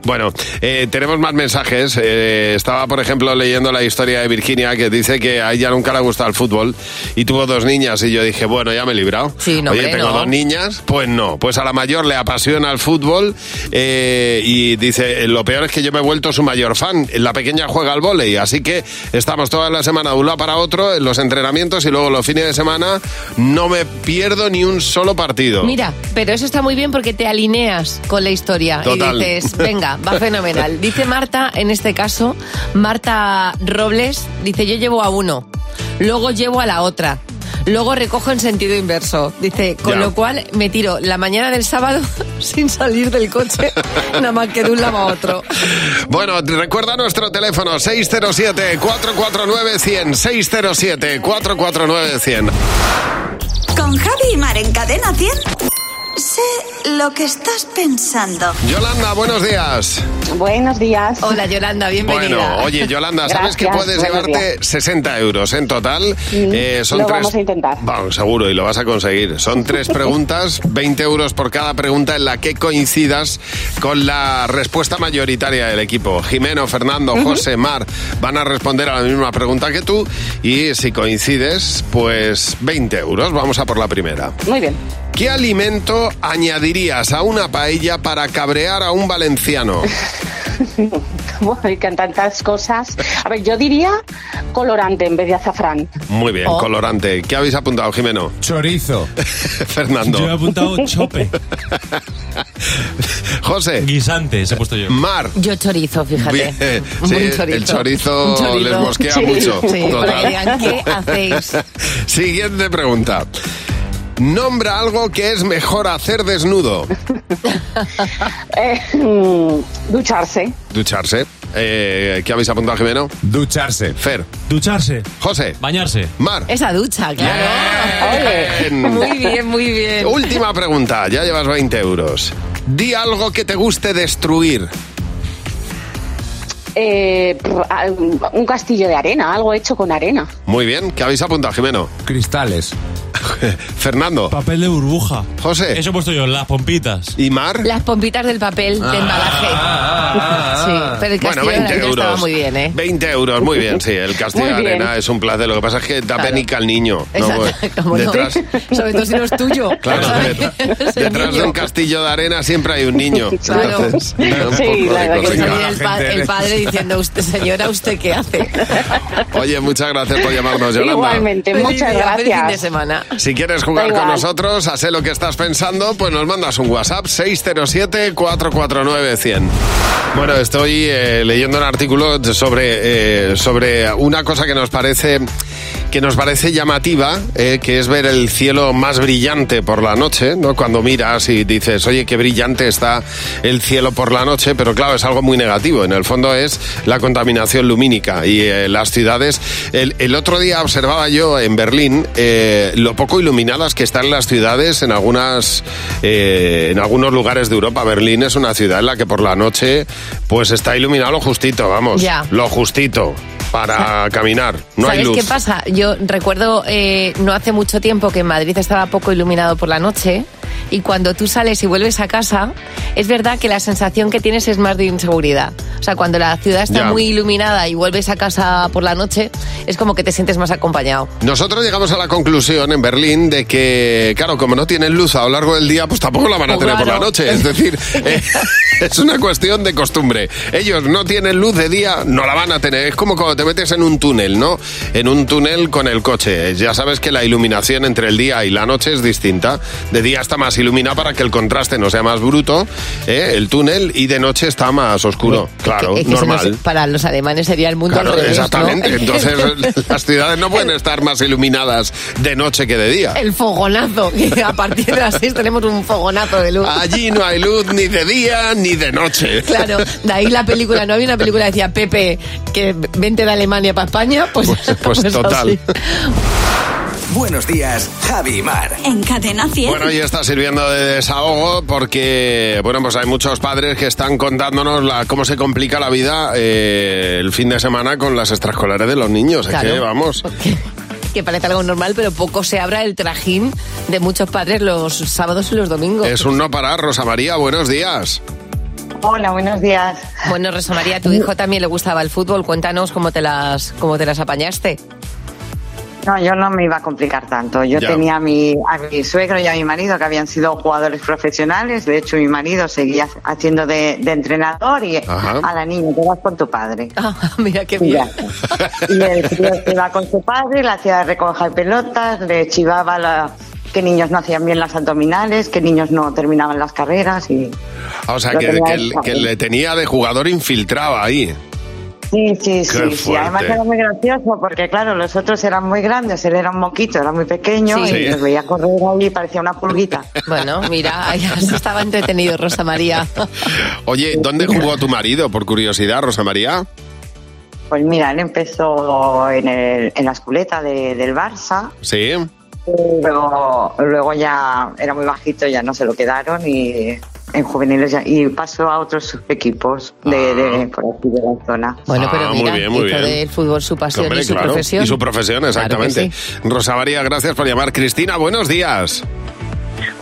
[SPEAKER 3] Bueno, eh, tenemos más mensajes. Eh, estaba, por ejemplo, leyendo la historia de Virginia que dice que a ella nunca le ha gustado el fútbol y tuvo dos niñas y yo dije, bueno, ya me he librado.
[SPEAKER 4] Sí, no,
[SPEAKER 3] Oye,
[SPEAKER 4] hombre,
[SPEAKER 3] tengo
[SPEAKER 4] no.
[SPEAKER 3] dos niñas, pues no. Pues a la mayor le apasiona el fútbol eh, y dice, lo peor es que yo me he vuelto su mayor fan. La pequeña juega al vóley, así que estamos toda la semana de un lado para otro en los entrenamientos y luego los fines de semana no me pierdo ni un solo partido.
[SPEAKER 4] Mira, pero eso está muy bien porque te alineas con la historia
[SPEAKER 3] Total.
[SPEAKER 4] y dices, venga, va
[SPEAKER 3] *laughs*
[SPEAKER 4] fenomenal. Dice Marta, en este caso, Marta Robles, dice, yo llevo a uno, luego llevo a la otra. Luego recojo en sentido inverso. Dice, con
[SPEAKER 3] Ya.
[SPEAKER 4] lo cual me tiro la mañana del sábado *laughs* sin salir del coche, nada más que de un lado a otro.
[SPEAKER 3] Bueno, te- recuerda nuestro teléfono 607-449-100. 607-449-100.
[SPEAKER 1] Con Javi y Mar en Cadena 100. Sé lo que estás pensando.
[SPEAKER 3] Yolanda, buenos días.
[SPEAKER 1] Buenos días.
[SPEAKER 4] Hola Yolanda, bienvenida.
[SPEAKER 3] Bueno, oye, Yolanda, sabes que puedes llevarte 60 euros en total. Eh, son
[SPEAKER 22] Mm, lo
[SPEAKER 3] tres...
[SPEAKER 22] vamos a intentar.
[SPEAKER 3] Vamos, seguro, y lo vas a conseguir. Son
[SPEAKER 22] *laughs*
[SPEAKER 3] tres preguntas, 20 euros por cada pregunta en la que coincidas con la respuesta mayoritaria del equipo. Jimeno, Fernando, José, Mar van a responder a la misma pregunta que tú y si coincides, pues 20 euros. Vamos a por la primera.
[SPEAKER 22] Muy bien.
[SPEAKER 3] ¿Qué alimento añadirías a una paella para cabrear a un valenciano?
[SPEAKER 22] Bueno, y con tantas cosas. A ver, yo diría colorante en vez de azafrán.
[SPEAKER 3] Muy bien,
[SPEAKER 22] Oh.
[SPEAKER 3] colorante. ¿Qué habéis apuntado, Jimeno?
[SPEAKER 11] Chorizo.
[SPEAKER 3] *laughs* Fernando.
[SPEAKER 6] Yo he apuntado chope.
[SPEAKER 3] *laughs* José.
[SPEAKER 6] Guisantes, he puesto yo.
[SPEAKER 3] Mar.
[SPEAKER 4] Yo chorizo, fíjate.
[SPEAKER 3] Bien.
[SPEAKER 4] *laughs* Un
[SPEAKER 3] Sí,
[SPEAKER 4] buen
[SPEAKER 3] el chorizo
[SPEAKER 4] Un chorizo.
[SPEAKER 3] les mosquea
[SPEAKER 4] Sí,
[SPEAKER 3] mucho.
[SPEAKER 4] Sí,
[SPEAKER 3] Total.
[SPEAKER 4] para que
[SPEAKER 3] *laughs*
[SPEAKER 4] digan, ¿qué hacéis?
[SPEAKER 3] Siguiente pregunta. Nombra algo que es mejor hacer desnudo.
[SPEAKER 22] Eh, mm, ducharse.
[SPEAKER 3] Ducharse. Eh, ¿Qué habéis apuntado, Jimeno?
[SPEAKER 11] Ducharse.
[SPEAKER 3] Fer.
[SPEAKER 6] Ducharse.
[SPEAKER 3] José.
[SPEAKER 6] Bañarse.
[SPEAKER 3] Mar.
[SPEAKER 4] Esa ducha, claro.
[SPEAKER 3] Bien.
[SPEAKER 4] *laughs* Muy bien, muy bien.
[SPEAKER 3] Última pregunta. Ya llevas 20 euros. Di algo que te guste destruir.
[SPEAKER 22] Eh, pr- a- un castillo de arena, algo hecho con arena.
[SPEAKER 3] Muy bien. ¿Qué habéis apuntado, Jimeno?
[SPEAKER 11] Cristales.
[SPEAKER 3] *laughs* Fernando.
[SPEAKER 6] Papel de burbuja.
[SPEAKER 3] José.
[SPEAKER 6] Eso he puesto yo, las pompitas.
[SPEAKER 3] ¿Y Mar? Ah,
[SPEAKER 4] Las pompitas del papel de embalaje. *laughs* sí, pero el castillo
[SPEAKER 3] Bueno, 20
[SPEAKER 4] de la Arena
[SPEAKER 3] euros.
[SPEAKER 4] estaba muy bien, ¿eh?
[SPEAKER 3] 20 euros, muy bien, sí. El Castillo de
[SPEAKER 4] Muy bien.
[SPEAKER 3] Arena es un placer. Lo que pasa es que da
[SPEAKER 4] Claro.
[SPEAKER 3] penica al niño. ¿no?
[SPEAKER 4] Exacto, *laughs* como no.
[SPEAKER 3] detrás,
[SPEAKER 4] Sobre todo si no es tuyo.
[SPEAKER 3] Claro,
[SPEAKER 4] ¿sabes? Es el
[SPEAKER 3] detrás de
[SPEAKER 4] niño.
[SPEAKER 3] un castillo de arena siempre hay un niño.
[SPEAKER 4] *laughs* Claro.
[SPEAKER 3] Entonces, da un
[SPEAKER 4] Sí,
[SPEAKER 3] poco
[SPEAKER 4] la
[SPEAKER 3] de
[SPEAKER 4] verdad que
[SPEAKER 3] cosilla.
[SPEAKER 4] salía el, pa- el padre diciendo, usted, señora, ¿usted qué hace?
[SPEAKER 3] Oye, muchas gracias por llamarnos, Yolanda.
[SPEAKER 4] Feliz
[SPEAKER 22] muchas
[SPEAKER 4] día, Feliz fin de
[SPEAKER 22] gracias.
[SPEAKER 4] semana.
[SPEAKER 3] Si quieres
[SPEAKER 22] Da
[SPEAKER 3] jugar con
[SPEAKER 22] igual.
[SPEAKER 3] nosotros, a sé lo que estás pensando, pues nos mandas un WhatsApp 607-449-100. Bueno, estoy eh, leyendo un artículo sobre, eh, sobre una cosa que nos parece que nos parece llamativa, eh, que es ver el cielo más brillante por la noche, ¿no? Cuando miras y dices, oye, qué brillante está el cielo por la noche, pero claro, es algo muy negativo. En el fondo es la contaminación lumínica y eh, las ciudades. El, el otro día observaba yo en Berlín eh, lo poco iluminadas que están las ciudades en algunas eh, en algunos lugares de Europa. Berlín es una ciudad en la que por la noche pues está iluminado lo justito, vamos,
[SPEAKER 4] Ya.
[SPEAKER 3] lo justito para caminar. No
[SPEAKER 4] ¿Sabes
[SPEAKER 3] hay luz.
[SPEAKER 4] qué pasa? Yo recuerdo eh, no hace mucho tiempo que en Madrid estaba poco iluminado por la noche y cuando tú sales y vuelves a casa, es verdad que la sensación que tienes es más de inseguridad. O sea, cuando la ciudad está
[SPEAKER 3] Ya.
[SPEAKER 4] muy iluminada y vuelves a casa por la noche, es como que te sientes más acompañado.
[SPEAKER 3] Nosotros llegamos a la conclusión en Berlín de que, claro, como no tienen luz a lo largo del día, pues tampoco la van a
[SPEAKER 4] Pues
[SPEAKER 3] tener por
[SPEAKER 4] claro.
[SPEAKER 3] la noche. Es decir, eh, *laughs* es una cuestión de costumbre. Ellos no tienen luz de día, no la van a tener. Es como cuando te metes en un túnel, ¿no? En un túnel con el coche. Ya sabes que la iluminación entre el día y la noche es distinta. De día está más iluminada para que el contraste no sea más bruto, ¿eh? el túnel, y de noche está más oscuro. Claro,
[SPEAKER 4] Es que eso no
[SPEAKER 3] normal.
[SPEAKER 4] es- para los alemanes sería el mundo
[SPEAKER 3] Claro,
[SPEAKER 4] al revés, ¿no? *laughs*
[SPEAKER 3] exactamente. Entonces las ciudades no pueden estar más iluminadas de noche que de día.
[SPEAKER 4] El fogonazo, que a partir de las 6 tenemos un fogonazo de luz.
[SPEAKER 3] Allí no hay luz ni de día ni de noche. *laughs*
[SPEAKER 4] Claro, de ahí la película, no había una película que decía Pepe que vente de Alemania para España, pues,
[SPEAKER 3] pues total.
[SPEAKER 4] así.
[SPEAKER 2] Buenos días, Javi y Mar.
[SPEAKER 1] En Cadena 100.
[SPEAKER 3] Bueno, y está sirviendo de desahogo porque, bueno, pues hay muchos padres que están contándonos la, cómo se complica la vida eh, el fin de semana con las extraescolares de los niños. Es que,
[SPEAKER 4] Claro. *laughs*
[SPEAKER 3] vamos,
[SPEAKER 4] que parece algo normal, pero poco se abra el trajín de muchos padres los sábados y los domingos.
[SPEAKER 3] es un no parar. Rosa María, buenos días.
[SPEAKER 4] Hola, buenos días. Bueno, Rosa María, a tu hijo también le gustaba el fútbol. Cuéntanos cómo te las, cómo te las apañaste.
[SPEAKER 24] No, yo no me iba a complicar tanto. Yo
[SPEAKER 4] Ya.
[SPEAKER 24] tenía a mi, a mi suegro y a mi marido que habían sido jugadores profesionales. De hecho, mi marido seguía haciendo de, de entrenador y
[SPEAKER 25] Ajá.
[SPEAKER 24] a la niña, te vas con tu padre.
[SPEAKER 4] mira qué
[SPEAKER 24] bien. Y el tío se iba con su padre, le hacía recoger pelotas, le chivaba la- que niños no hacían bien las abdominales, que niños no terminaban las carreras y...
[SPEAKER 3] Ah, O sea,
[SPEAKER 24] Lo
[SPEAKER 3] que,
[SPEAKER 24] tenía
[SPEAKER 3] que
[SPEAKER 24] hecho.
[SPEAKER 3] que le tenía de jugador infiltrado ahí.
[SPEAKER 24] Sí, sí, sí,
[SPEAKER 3] Qué
[SPEAKER 24] sí. Además
[SPEAKER 3] fuerte.
[SPEAKER 24] era muy gracioso porque, claro, los otros eran muy grandes, él era un moquito, era muy pequeño
[SPEAKER 4] Sí.
[SPEAKER 24] y
[SPEAKER 4] Sí.
[SPEAKER 24] los veía correr ahí y parecía una pulguita.
[SPEAKER 4] Bueno, mira, ay, así estaba entretenido Rosa María.
[SPEAKER 3] Oye, ¿dónde jugó tu marido, por curiosidad, Rosa María?
[SPEAKER 24] Pues mira, él empezó en, el, en la esculeta de- del Barça,
[SPEAKER 3] Sí.
[SPEAKER 24] pero luego ya era muy bajito, ya no se lo quedaron y en juveniles ya- y pasó a otros equipos de, de- por aquí de la zona.
[SPEAKER 4] Bueno,
[SPEAKER 3] Ah,
[SPEAKER 4] pero mira,
[SPEAKER 3] muy bien, muy
[SPEAKER 4] hizo
[SPEAKER 3] bien.
[SPEAKER 4] del fútbol su pasión
[SPEAKER 3] Hombre,
[SPEAKER 4] y su
[SPEAKER 3] claro.
[SPEAKER 4] profesión.
[SPEAKER 3] Y su profesión,
[SPEAKER 4] Claro que
[SPEAKER 3] exactamente.
[SPEAKER 4] sí.
[SPEAKER 3] Rosa María, gracias por llamar. Cristina, buenos días.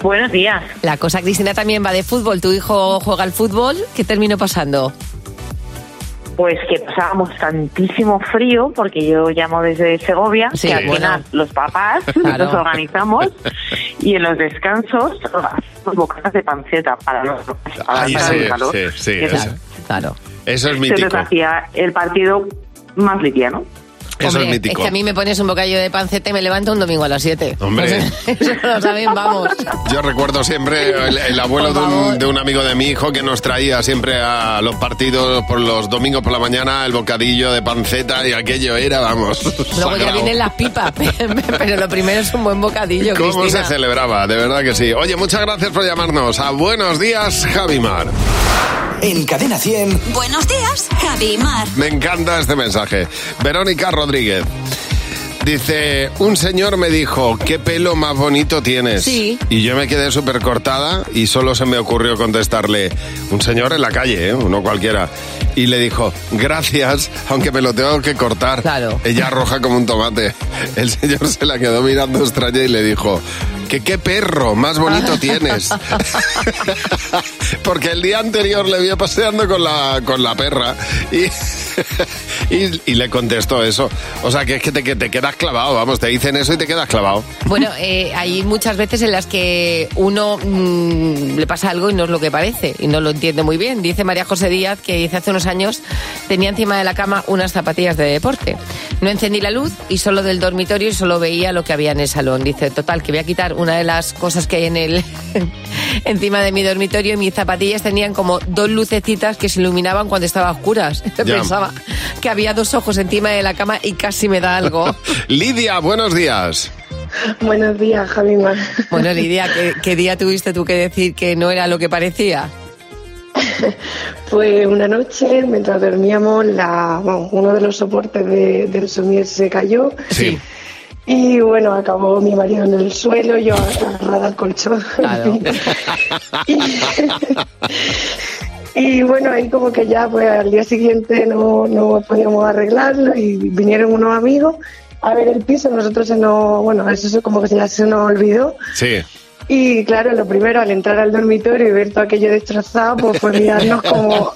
[SPEAKER 4] Buenos días. La cosa, Cristina, también va de fútbol. ¿Tu hijo juega al fútbol? ¿Qué terminó pasando?
[SPEAKER 25] Pues que pasábamos tantísimo frío, porque yo llamo desde Segovia,
[SPEAKER 4] Sí,
[SPEAKER 25] que al
[SPEAKER 4] bueno.
[SPEAKER 25] final los papás
[SPEAKER 4] Claro.
[SPEAKER 25] nos organizamos y en los descansos hacemos bocatas de panceta para los
[SPEAKER 24] Ah,
[SPEAKER 25] para
[SPEAKER 3] Ahí
[SPEAKER 25] estar
[SPEAKER 3] sí,
[SPEAKER 25] en calor.
[SPEAKER 3] sí, sí,
[SPEAKER 25] Que
[SPEAKER 3] eso.
[SPEAKER 4] Claro.
[SPEAKER 3] Eso es
[SPEAKER 25] Se nos
[SPEAKER 3] mítico.
[SPEAKER 25] hacía el partido más liviano.
[SPEAKER 3] Eso
[SPEAKER 4] Hombre,
[SPEAKER 3] es mítico.
[SPEAKER 4] que a mí me pones un bocadillo de panceta y me levanto un domingo a las 7.
[SPEAKER 3] Hombre.
[SPEAKER 4] *laughs* Eso lo saben, vamos.
[SPEAKER 3] Yo recuerdo siempre el,
[SPEAKER 4] *laughs*
[SPEAKER 3] el abuelo de un, de un amigo de mi hijo que nos traía siempre a los partidos por los domingos por la mañana el bocadillo de panceta y aquello era, vamos.
[SPEAKER 4] Luego ya
[SPEAKER 3] sagrado.
[SPEAKER 4] vienen las pipas, *laughs* pero lo primero es un buen bocadillo,
[SPEAKER 3] ¿Cómo
[SPEAKER 4] Cristina.
[SPEAKER 3] se celebraba? De verdad que sí. Oye, muchas gracias por llamarnos. A Buenos Días, Javimar.
[SPEAKER 2] En Cadena 100.
[SPEAKER 1] Buenos días, Javi y Mar.
[SPEAKER 3] Me encanta este mensaje. Verónica Rodríguez. Dice, un señor me dijo, qué pelo más bonito tienes.
[SPEAKER 4] Sí.
[SPEAKER 3] Y yo me quedé súper cortada y solo se me ocurrió contestarle, un señor en la calle, ¿eh? uno cualquiera. Y le dijo, gracias, aunque me lo tengo que cortar. Claro. Ella roja como un tomate. El señor se la quedó mirando extraña y le dijo, que qué perro más
[SPEAKER 4] *laughs*
[SPEAKER 3] bonito tienes. Porque el día anterior le vio paseando con la, con la perra y, *laughs* y, y le contestó eso. O sea, que es que te, que te quedas clavado, vamos, te dicen eso y te quedas clavado.
[SPEAKER 4] Bueno, eh, hay muchas veces en las que uno mm, le pasa algo y no es lo que parece y no lo entiende muy bien. Dice María José Díaz que dice hace unos años tenía encima de la cama unas zapatillas de deporte. No encendí la luz y solo del dormitorio y solo veía lo que había en el salón. Dice, total, que voy a quitar una de las cosas que hay en el *laughs* encima de mi dormitorio y mis zapatillas tenían como dos lucecitas que se iluminaban cuando estaba a oscuras. *laughs*
[SPEAKER 3] Ya.
[SPEAKER 4] Pensaba que había dos ojos encima de la cama y casi me da algo.
[SPEAKER 3] Lidia, buenos días.
[SPEAKER 9] Buenos días, Javi Mar.
[SPEAKER 4] Bueno, Lidia, ¿qué, qué día tuviste tú que decir que no era lo que parecía?
[SPEAKER 9] Pues una noche, mientras dormíamos, la, bueno, uno de los soportes de- del somier se cayó.
[SPEAKER 3] Sí.
[SPEAKER 9] Y bueno, acabó mi marido en el suelo, yo agarrada al colchón. *laughs* Y bueno, ahí como que ya pues al día siguiente no, no podíamos arreglarlo y vinieron unos amigos a ver el piso. Nosotros se nos, bueno, eso es como que ya se nos olvidó.
[SPEAKER 3] Sí.
[SPEAKER 9] Y claro, lo primero al entrar al dormitorio y ver todo aquello destrozado, pues fue mirarnos
[SPEAKER 3] *laughs*
[SPEAKER 9] como,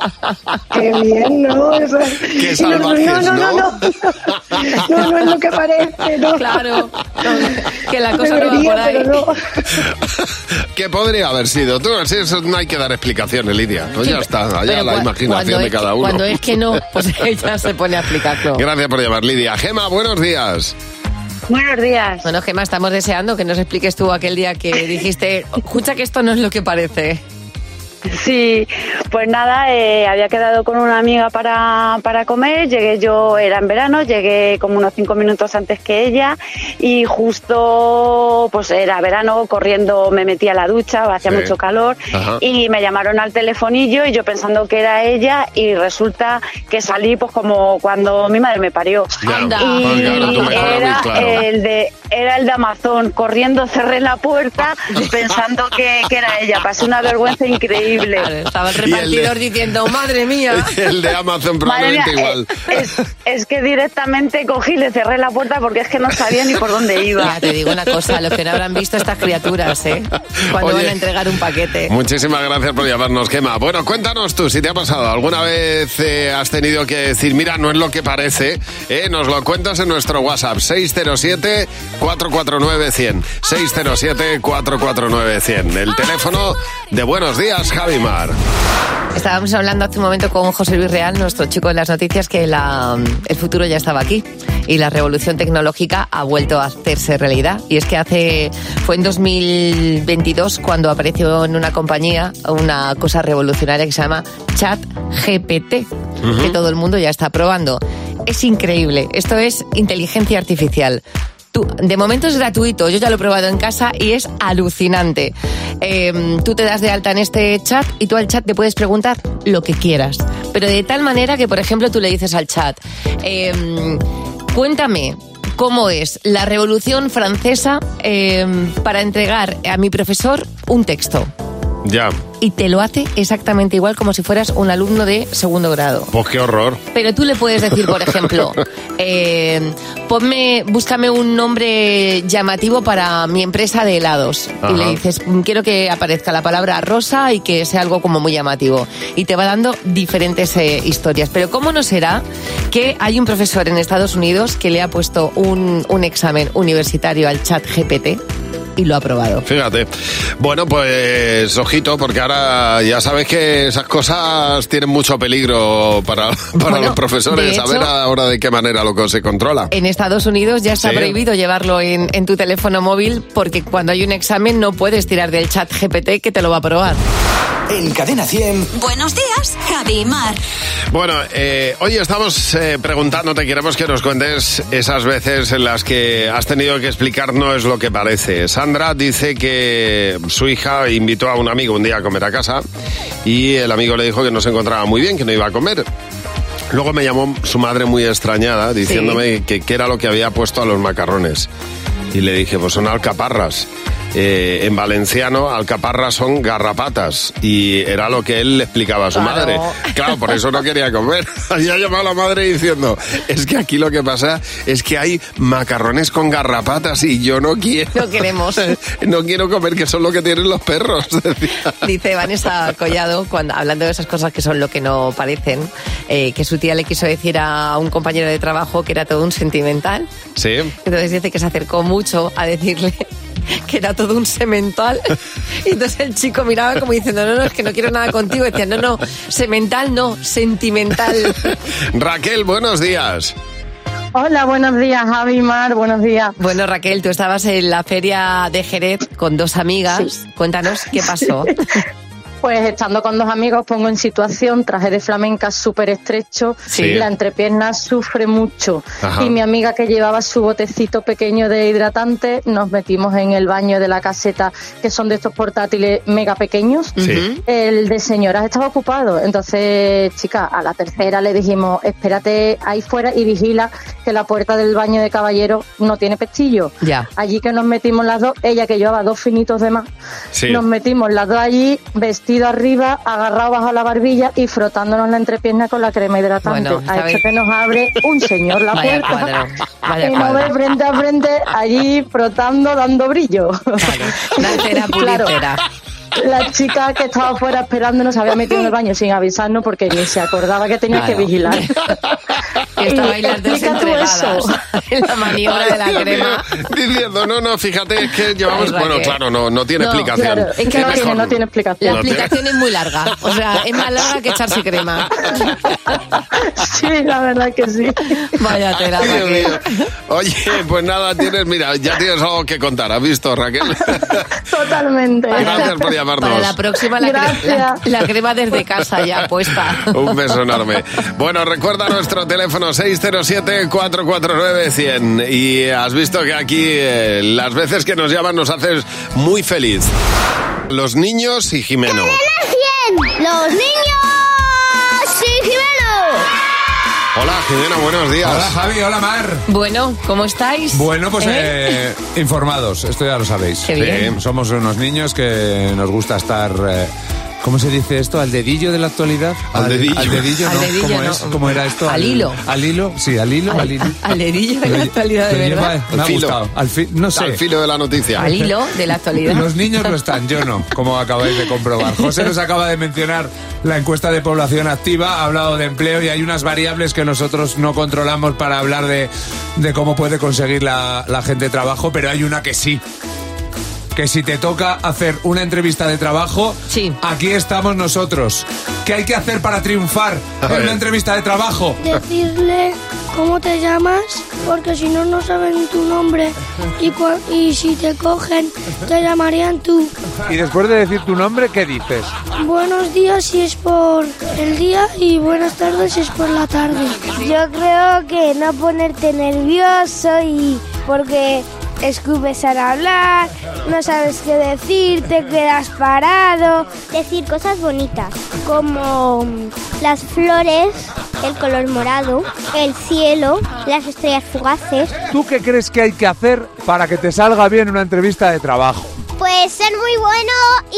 [SPEAKER 9] qué bien, ¿no? Eso-
[SPEAKER 3] Qué
[SPEAKER 9] y nosotros,
[SPEAKER 3] salvajes,
[SPEAKER 9] no, no, no,
[SPEAKER 3] ¿no?
[SPEAKER 9] no, *laughs* no, no es lo que parece, ¿no?
[SPEAKER 4] Claro, que la
[SPEAKER 9] cosa no va por ahí.
[SPEAKER 3] ¿Qué podría haber sido? Tú, así eso no hay que dar explicaciones, Lidia. Pues ya está, allá
[SPEAKER 4] Pero
[SPEAKER 3] la
[SPEAKER 4] cua- cuando
[SPEAKER 3] imaginación de
[SPEAKER 4] es que-
[SPEAKER 3] cada uno.
[SPEAKER 4] Cuando es que no, pues *laughs* ella se pone a explicarlo.
[SPEAKER 3] Gracias por llamar, Lidia. Gema, buenos días.
[SPEAKER 4] Buenos días. Bueno, Gemma, estamos deseando que nos expliques tú aquel día que dijiste, escucha que esto no es lo que parece.
[SPEAKER 5] Sí, pues nada, eh, había quedado con una amiga para, para comer, llegué yo, era en verano, llegué como unos cinco minutos antes que ella y justo, pues era verano, corriendo me metí a la ducha, hacía
[SPEAKER 10] Sí.
[SPEAKER 5] mucho calor
[SPEAKER 10] Ajá.
[SPEAKER 5] y me llamaron al telefonillo y yo pensando que era ella y resulta que salí pues como cuando mi madre me parió.
[SPEAKER 10] ah, Claro, Anda.
[SPEAKER 5] Y
[SPEAKER 10] porque ahora tú mejor lo
[SPEAKER 5] era
[SPEAKER 10] ves claro.
[SPEAKER 5] el de... Era el de Amazon, corriendo cerré la puerta
[SPEAKER 10] Ah.
[SPEAKER 5] *laughs* pensando que, que era ella. Pasé una vergüenza increíble.
[SPEAKER 4] Estaba el
[SPEAKER 3] Y el de-
[SPEAKER 4] repartidor diciendo, madre
[SPEAKER 3] *laughs*
[SPEAKER 4] mía.
[SPEAKER 3] El de Amazon
[SPEAKER 4] eh,
[SPEAKER 3] probablemente
[SPEAKER 5] Madre mía,
[SPEAKER 3] igual.
[SPEAKER 5] Es, es que directamente cogí y le cerré la puerta porque es que no sabía ni por dónde iba.
[SPEAKER 4] Ya te digo una cosa, lo que no habrán visto estas criaturas, ¿eh? Cuando
[SPEAKER 3] Oye.
[SPEAKER 4] van a entregar un paquete.
[SPEAKER 3] Muchísimas gracias por llamarnos, Gema. Bueno, cuéntanos tú, si te ha pasado, ¿alguna vez eh, has tenido que decir, mira, no es lo que parece? ¿eh? Nos lo cuentas en nuestro WhatsApp, 607-449-100. 607-449-100. El teléfono de Buenos Días, Javimar.
[SPEAKER 4] Estábamos hablando hace un momento con José Luis Real, nuestro chico en las noticias, que la, el futuro ya estaba aquí y la revolución tecnológica ha vuelto a hacerse realidad. Y es que hace fue en 2022 cuando apareció en una compañía una cosa revolucionaria que se llama ChatGPT,
[SPEAKER 13] Ujú.
[SPEAKER 4] que todo el mundo ya está probando. Es increíble. Esto es inteligencia artificial. Tú- de momento es gratuito, yo ya lo he probado en casa y es alucinante. Eh, tú te das de alta en este chat y tú al chat te puedes preguntar lo que quieras. Pero de tal manera que, por ejemplo, tú le dices al chat, eh, cuéntame cómo es la Revolución Francesa eh, para entregar a mi profesor un texto.
[SPEAKER 3] Ya,
[SPEAKER 4] Y te lo hace exactamente igual como si fueras un alumno de segundo grado.
[SPEAKER 3] pues qué horror.
[SPEAKER 4] Pero tú le puedes decir,
[SPEAKER 3] *laughs*
[SPEAKER 4] por ejemplo, eh, ponme, búscame un nombre llamativo para mi empresa de helados.
[SPEAKER 10] Ajá.
[SPEAKER 4] Y le dices, mm, quiero que aparezca la palabra rosa y que sea algo como muy llamativo. Y te va dando diferentes eh, historias. Pero ¿cómo no será que hay un profesor en Estados Unidos que le ha puesto un, un examen universitario al chat GPT y lo ha aprobado?
[SPEAKER 3] Fíjate. Bueno, pues ojito, porque ahora ya sabes que esas cosas tienen mucho peligro para, *laughs* para
[SPEAKER 4] Bueno,
[SPEAKER 3] los profesores,
[SPEAKER 4] de
[SPEAKER 3] a ver
[SPEAKER 4] hecho-
[SPEAKER 3] ahora de qué manera lo co- se controla.
[SPEAKER 4] En Estados Unidos ya está
[SPEAKER 3] Sí.
[SPEAKER 4] prohibido llevarlo en, en tu teléfono móvil porque cuando hay un examen no puedes tirar del chat GPT que te lo va a probar.
[SPEAKER 2] En Cadena 100.
[SPEAKER 1] Buenos días, Javi y Mar.
[SPEAKER 3] Bueno, eh, hoy estamos eh, preguntándote, queremos que nos cuentes esas veces en las que has tenido que explicar no es lo que parece. Sandra dice que su hija invitó a un amigo un día a comer a casa y el amigo le dijo que no se encontraba muy bien, que no iba a comer. Luego me llamó su madre muy extrañada diciéndome que qué era lo que había puesto a los macarrones. Y le dije, pues son alcaparras. Eh, en valenciano, alcaparras son garrapatas. Y era lo que él le explicaba a su
[SPEAKER 10] Claro.
[SPEAKER 3] madre. Claro, por eso no quería comer. *laughs* Había llamado a la madre diciendo, es que aquí lo que pasa es que hay macarrones con garrapatas y yo no quiero...
[SPEAKER 4] No queremos.
[SPEAKER 3] *laughs* No quiero comer, que son lo que tienen los perros. *laughs* decía.
[SPEAKER 4] Dice Vanessa Collado, cuando, hablando de esas cosas que son lo que no parecen, eh, que su tía le quiso decir a un compañero de trabajo que era todo un sentimental.
[SPEAKER 3] Sí.
[SPEAKER 4] Entonces dice que se acercó mucho a decirle que era todo un semental. Y entonces el chico miraba como diciendo, no, no, es que no quiero nada contigo. Y decía, no, no, semental no, sentimental.
[SPEAKER 3] Raquel, buenos días.
[SPEAKER 10] Hola, buenos días, Javi Mar, buenos días.
[SPEAKER 4] Bueno, Raquel, tú estabas en la feria de Jerez con dos amigas. Cuéntanos qué pasó.
[SPEAKER 10] Pues estando con dos amigos pongo en situación traje de flamenca súper estrecho
[SPEAKER 4] Sí.
[SPEAKER 10] y la entrepierna sufre mucho.
[SPEAKER 4] Ajá.
[SPEAKER 10] Y mi amiga que llevaba su botecito pequeño de hidratante, nos metimos en el baño de la caseta, que son de estos portátiles mega pequeños.
[SPEAKER 26] Sí.
[SPEAKER 10] El de señoras estaba ocupado. Entonces, chica, a la tercera le dijimos, espérate ahí fuera y vigila que la puerta del baño de caballero no tiene pestillo.
[SPEAKER 4] Ya.
[SPEAKER 10] Allí que nos metimos las dos, ella que llevaba dos finitos de más,
[SPEAKER 3] Sí.
[SPEAKER 10] nos metimos las dos allí, vestidas curtido arriba, agarrado bajo la barbilla y frotándonos la entrepierna con la crema hidratante.
[SPEAKER 4] Bueno,
[SPEAKER 10] ha
[SPEAKER 4] ¿sabéis?
[SPEAKER 10] hecho que nos abre un señor la
[SPEAKER 4] Vaya
[SPEAKER 10] puerta.
[SPEAKER 4] cuadro,
[SPEAKER 9] *laughs*
[SPEAKER 4] vaya
[SPEAKER 10] y nos
[SPEAKER 4] cuadro.
[SPEAKER 10] ve frente a frente allí frotando, dando brillo. *laughs*
[SPEAKER 4] Era pulicera.
[SPEAKER 10] La chica que estaba fuera esperándonos se había metido en el baño sin avisarnos porque ni se acordaba que tenía
[SPEAKER 4] Claro.
[SPEAKER 10] que
[SPEAKER 4] *laughs*
[SPEAKER 10] vigilar.
[SPEAKER 4] Que Estabais las dos
[SPEAKER 10] Explica tú
[SPEAKER 4] entregadas
[SPEAKER 10] eso.
[SPEAKER 4] *laughs* en la maniobra de la
[SPEAKER 3] Dios mío,
[SPEAKER 4] crema.
[SPEAKER 3] Diciendo, no, no, fíjate, es que llevamos.
[SPEAKER 4] Raquel.
[SPEAKER 3] Bueno, claro, no, no tiene
[SPEAKER 4] No,
[SPEAKER 3] explicación.
[SPEAKER 4] claro, es que no tiene,
[SPEAKER 3] mejor.
[SPEAKER 4] no tiene
[SPEAKER 10] explicación.
[SPEAKER 4] La
[SPEAKER 3] No tiene-
[SPEAKER 4] explicación es muy larga. O sea, es más larga que echarse crema.
[SPEAKER 10] Sí, la verdad que sí.
[SPEAKER 4] Vaya tela,
[SPEAKER 3] Ay, Dios
[SPEAKER 4] Raquel.
[SPEAKER 3] mío. Oye, pues nada, tienes, mira, ya tienes algo que contar, ¿has visto, Raquel? *laughs*
[SPEAKER 10] Totalmente.
[SPEAKER 3] Gracias por llamarnos.
[SPEAKER 4] Para la próxima la, cre- la,
[SPEAKER 3] Gracias.
[SPEAKER 4] la crema desde casa ya puesta.
[SPEAKER 3] *laughs* Un beso enorme. Bueno, recuerda nuestro teléfono 607-449-100. Y has visto que aquí eh, las veces que nos llaman nos haces muy feliz. Los niños y Jimeno.
[SPEAKER 12] ¡Los niños! ¡Sí, Jimeno!
[SPEAKER 3] Hola, Jimeno, buenos días.
[SPEAKER 11] Hola, Javi, hola, Mar.
[SPEAKER 4] Bueno, ¿cómo estáis?
[SPEAKER 11] Bueno, pues
[SPEAKER 4] ¿Eh?
[SPEAKER 11] eh, informados, esto ya lo sabéis.
[SPEAKER 4] Qué bien.
[SPEAKER 11] Sí, Somos unos niños que nos gusta estar... eh, ¿Cómo se dice esto? ¿Al dedillo de la actualidad?
[SPEAKER 3] Al dedillo.
[SPEAKER 11] Al dedillo,
[SPEAKER 4] Al
[SPEAKER 11] ¿no?
[SPEAKER 4] dedillo,
[SPEAKER 11] ¿Cómo,
[SPEAKER 4] no.
[SPEAKER 11] es? ¿Cómo era esto?
[SPEAKER 4] Al hilo.
[SPEAKER 11] Al hilo, sí, al hilo, al, hilo.
[SPEAKER 4] Al dedillo de la actualidad, de
[SPEAKER 11] Lo lleva-
[SPEAKER 4] verdad.
[SPEAKER 11] me ha
[SPEAKER 3] Al filo.
[SPEAKER 11] gustado. Al fi- no sé.
[SPEAKER 3] Al filo de la noticia.
[SPEAKER 11] *laughs*
[SPEAKER 4] Al hilo de la actualidad.
[SPEAKER 11] Los niños no están, yo no, como acabáis de comprobar. José nos acaba de mencionar la encuesta de población activa, ha hablado de empleo y hay unas variables que nosotros no controlamos para hablar de, de cómo puede conseguir la, la gente trabajo, pero hay una que sí. Que si te toca hacer una entrevista de trabajo, aquí estamos nosotros. ¿Qué hay que hacer para triunfar
[SPEAKER 3] A
[SPEAKER 11] en
[SPEAKER 3] ver.
[SPEAKER 11] una entrevista de trabajo?
[SPEAKER 13] Decirle cómo te llamas, porque si no, no saben tu nombre. Y, cua- y si te cogen, te llamarían tú.
[SPEAKER 11] Y después de decir tu nombre, ¿qué dices?
[SPEAKER 13] Buenos días si es por el día y buenas tardes si es por la tarde.
[SPEAKER 12] Yo creo que no ponerte nervioso y porque escupes al hablar, no sabes qué decir, te quedas parado. Decir cosas bonitas, como las flores, el color morado, el cielo, las estrellas fugaces.
[SPEAKER 11] ¿Tú qué crees que hay que hacer para que te salga bien una entrevista de trabajo?
[SPEAKER 12] Pues ser muy bueno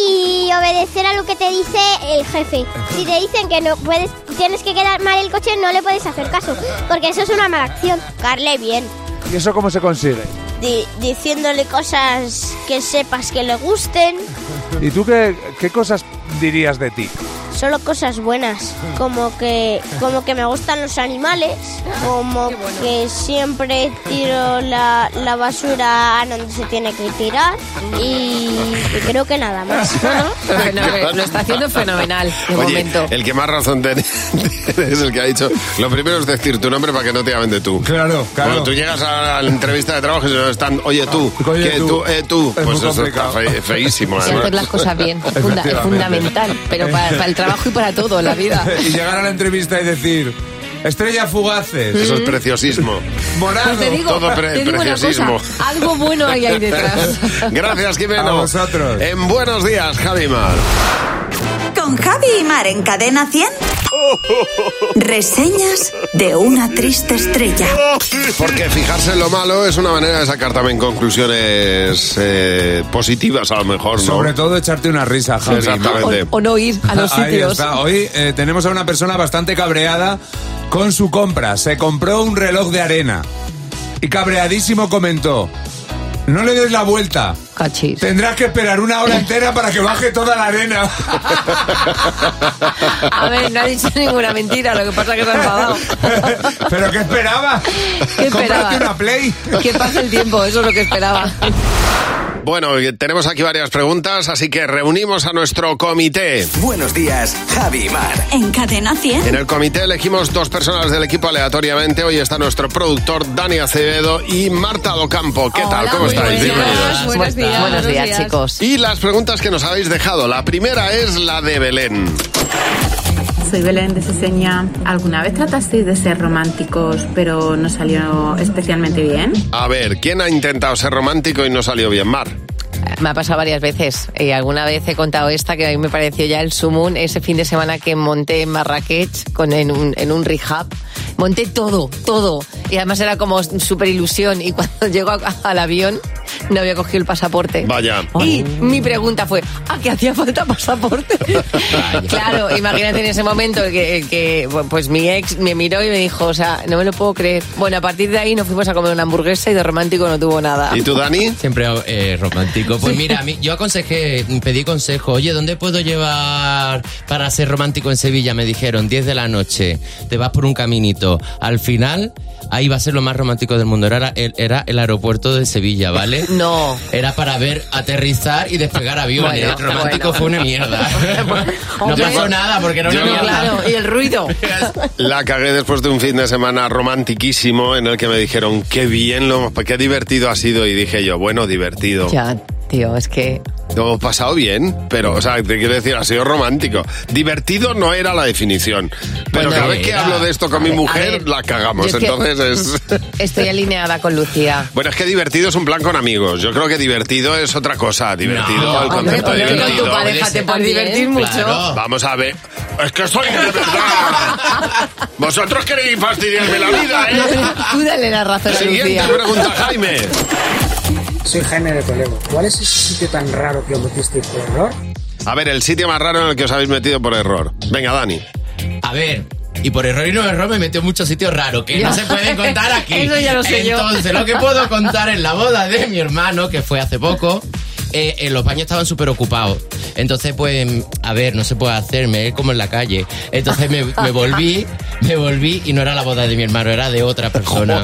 [SPEAKER 12] y obedecer a lo que te dice el jefe. Si te dicen que no puedes, tienes que quedar mal el coche, no le puedes hacer caso, porque eso es una mala acción. Carle bien.
[SPEAKER 11] ¿Y eso cómo se consigue?
[SPEAKER 12] diciéndole cosas que sepas que le gusten,
[SPEAKER 11] ¿Y tú qué, qué cosas dirías de ti?
[SPEAKER 12] solo cosas buenas, como que como que me gustan los animales, como que siempre tiro la, la basura a donde se tiene que tirar y creo que nada más.
[SPEAKER 4] *laughs* Fenomenal, Lo está haciendo fenomenal de
[SPEAKER 3] Oye,
[SPEAKER 4] momento.
[SPEAKER 3] el que más razón tiene *laughs* es el que ha dicho, lo primero es decir tu nombre para que no te llamen de tú.
[SPEAKER 11] Claro, claro.
[SPEAKER 3] Cuando tú llegas a la entrevista de trabajo y se están, oye tú,
[SPEAKER 11] Oye,
[SPEAKER 3] que
[SPEAKER 11] tú.
[SPEAKER 3] tú, eh, tú.
[SPEAKER 11] Es
[SPEAKER 3] pues
[SPEAKER 11] muy
[SPEAKER 3] eso está fe-
[SPEAKER 4] *laughs*
[SPEAKER 3] feísimo.
[SPEAKER 4] Y
[SPEAKER 3] además.
[SPEAKER 4] hacer las cosas bien. Es, funda- es
[SPEAKER 11] Efectivamente.
[SPEAKER 4] fundamental. Pero para, para el trabajo y para todo, en
[SPEAKER 3] *laughs*
[SPEAKER 4] la vida.
[SPEAKER 11] *laughs* y llegar a la entrevista y decir, estrellas fugaces.
[SPEAKER 3] Eso es preciosismo.
[SPEAKER 11] Morado.
[SPEAKER 4] Pues te digo,
[SPEAKER 3] Todo pre-
[SPEAKER 4] te digo una
[SPEAKER 3] preciosismo.
[SPEAKER 4] cosa, algo bueno hay ahí
[SPEAKER 3] *laughs*
[SPEAKER 4] detrás.
[SPEAKER 3] Gracias, Jimeno.
[SPEAKER 11] A vosotros.
[SPEAKER 3] En Buenos Días, Javi Mar.
[SPEAKER 1] Con Javi y Mar en Cadena
[SPEAKER 3] *laughs*
[SPEAKER 1] 100. Reseñas de una triste estrella.
[SPEAKER 3] Porque fijarse en lo malo es una manera de sacar también conclusiones eh, positivas, a lo mejor, ¿no?
[SPEAKER 11] Sobre todo echarte una risa, Javi.
[SPEAKER 3] Exactamente.
[SPEAKER 4] O no ir a los
[SPEAKER 11] Ahí
[SPEAKER 4] sitios.
[SPEAKER 11] está. Hoy eh, tenemos a una persona bastante cabreada con su compra. Se compró un reloj de arena y cabreadísimo comentó: No le des la vuelta. Tendrás que esperar una hora entera para que baje toda la arena.
[SPEAKER 4] *laughs* A ver, no ha dicho ninguna mentira, lo que pasa es que se ha enfadado.
[SPEAKER 11] ¿Pero qué esperaba?
[SPEAKER 4] ¿Qué esperaba?
[SPEAKER 11] Cómprate una Play.
[SPEAKER 4] Que pase el tiempo, eso es lo que esperaba.
[SPEAKER 3] Bueno, eh, tenemos aquí varias preguntas, así que reunimos a nuestro comité.
[SPEAKER 2] Buenos días, Javi y Mar.
[SPEAKER 1] En Cadena 100.
[SPEAKER 3] En el comité elegimos dos personas del equipo aleatoriamente. Hoy está nuestro productor Dani Acevedo y Marta Docampo. ¿Qué tal? ¿Cómo estáis? Bienvenidos.
[SPEAKER 4] Buenos días, buenos días, chicos.
[SPEAKER 3] Y las preguntas que nos habéis dejado. La primera es la de Belén.
[SPEAKER 14] Soy Belén de Seseña. ¿Alguna vez tratasteis de ser románticos pero no salió especialmente bien?
[SPEAKER 3] A ver, ¿quién ha intentado ser romántico y no salió bien? Mar.
[SPEAKER 4] Me ha pasado varias veces. Eh, alguna vez he contado esta que a mí me pareció ya el sumum ese fin de semana que monté en Marrakech con, en un, en un rehab. *laughs* Monté todo, todo. Y además era como súper ilusión. Y cuando llego a- al avión, no había cogido el pasaporte.
[SPEAKER 3] Vaya.
[SPEAKER 4] Y mi pregunta fue, ¿a qué hacía falta pasaporte? *laughs* claro, imagínate en ese momento que, que, pues mi ex me miró y me dijo, o sea, no me lo puedo creer. Bueno, a partir de ahí nos fuimos a comer una hamburguesa y de romántico no tuvo nada.
[SPEAKER 3] ¿Y tú, Dani?
[SPEAKER 15] Siempre eh, romántico. Pues mira, a mí- yo aconsejé, pedí consejo. Oye, ¿dónde puedo llevar para ser romántico en Sevilla? Me dijeron, 10 de la noche, te vas por un caminito. Al final, ahí va a ser lo más romántico del mundo. Era, el- era el aeropuerto de Sevilla, ¿vale?
[SPEAKER 4] No.
[SPEAKER 15] Era para ver aterrizar y despegar aviones.
[SPEAKER 4] Bueno,
[SPEAKER 15] El romántico
[SPEAKER 4] bueno.
[SPEAKER 15] fue una
[SPEAKER 4] *laughs*
[SPEAKER 15] mierda. no
[SPEAKER 4] Hombre.
[SPEAKER 15] pasó nada porque era una
[SPEAKER 4] No,
[SPEAKER 15] mierda.
[SPEAKER 4] Claro, y el ruido.
[SPEAKER 3] La cagué después de un fin de semana romantiquísimo en el que me dijeron, qué bien, lo, qué divertido ha sido. Y dije yo, bueno, divertido.
[SPEAKER 4] Ya, tío, es que...
[SPEAKER 3] Lo hemos pasado bien, pero, o sea, te quiero decir, ha sido romántico. Divertido no era la definición. Pero
[SPEAKER 15] Bueno,
[SPEAKER 3] cada vez que
[SPEAKER 15] era.
[SPEAKER 3] hablo de esto con
[SPEAKER 15] A
[SPEAKER 3] mi
[SPEAKER 15] ver, a
[SPEAKER 3] mujer,
[SPEAKER 15] ver.
[SPEAKER 3] la cagamos.
[SPEAKER 4] Yo es que-
[SPEAKER 3] Entonces
[SPEAKER 17] *laughs*
[SPEAKER 3] es.
[SPEAKER 4] Estoy alineada con Lucía.
[SPEAKER 3] Bueno, es que divertido es un plan con amigos. Yo creo que divertido es otra cosa. Divertido, el
[SPEAKER 15] No, hombre,
[SPEAKER 3] concepto de
[SPEAKER 15] porque con tu
[SPEAKER 3] divertido.
[SPEAKER 15] pareja Puede te ser puedes también, divertir mucho. claro.
[SPEAKER 3] Vamos a ver. Es que soy de verdad. Vosotros queréis fastidiarme la vida, ¿eh?
[SPEAKER 17] *laughs*
[SPEAKER 4] Tú dale la razón a
[SPEAKER 3] Siguiente
[SPEAKER 4] Lucía.
[SPEAKER 3] pregunta, Jaime.
[SPEAKER 16] Soy Jaime de Toledo. ¿Cuál es ese sitio tan raro que os metiste por error?
[SPEAKER 3] A ver, el sitio más raro en el que os habéis metido por error. Venga, Dani.
[SPEAKER 15] A ver, y por error y no error me metió en muchos sitios raros que Ya. no se pueden contar aquí. *laughs* Eso ya lo sé yo. Entonces, lo que puedo contar es la boda de mi hermano, que fue hace poco. eh, eh, los baños estaban súper ocupados. Entonces, pues, a ver, no se puede hacer, me es como en la calle. Entonces me, me volví, me volví y no era la boda de mi hermano, era de
[SPEAKER 3] *laughs*
[SPEAKER 15] otra persona.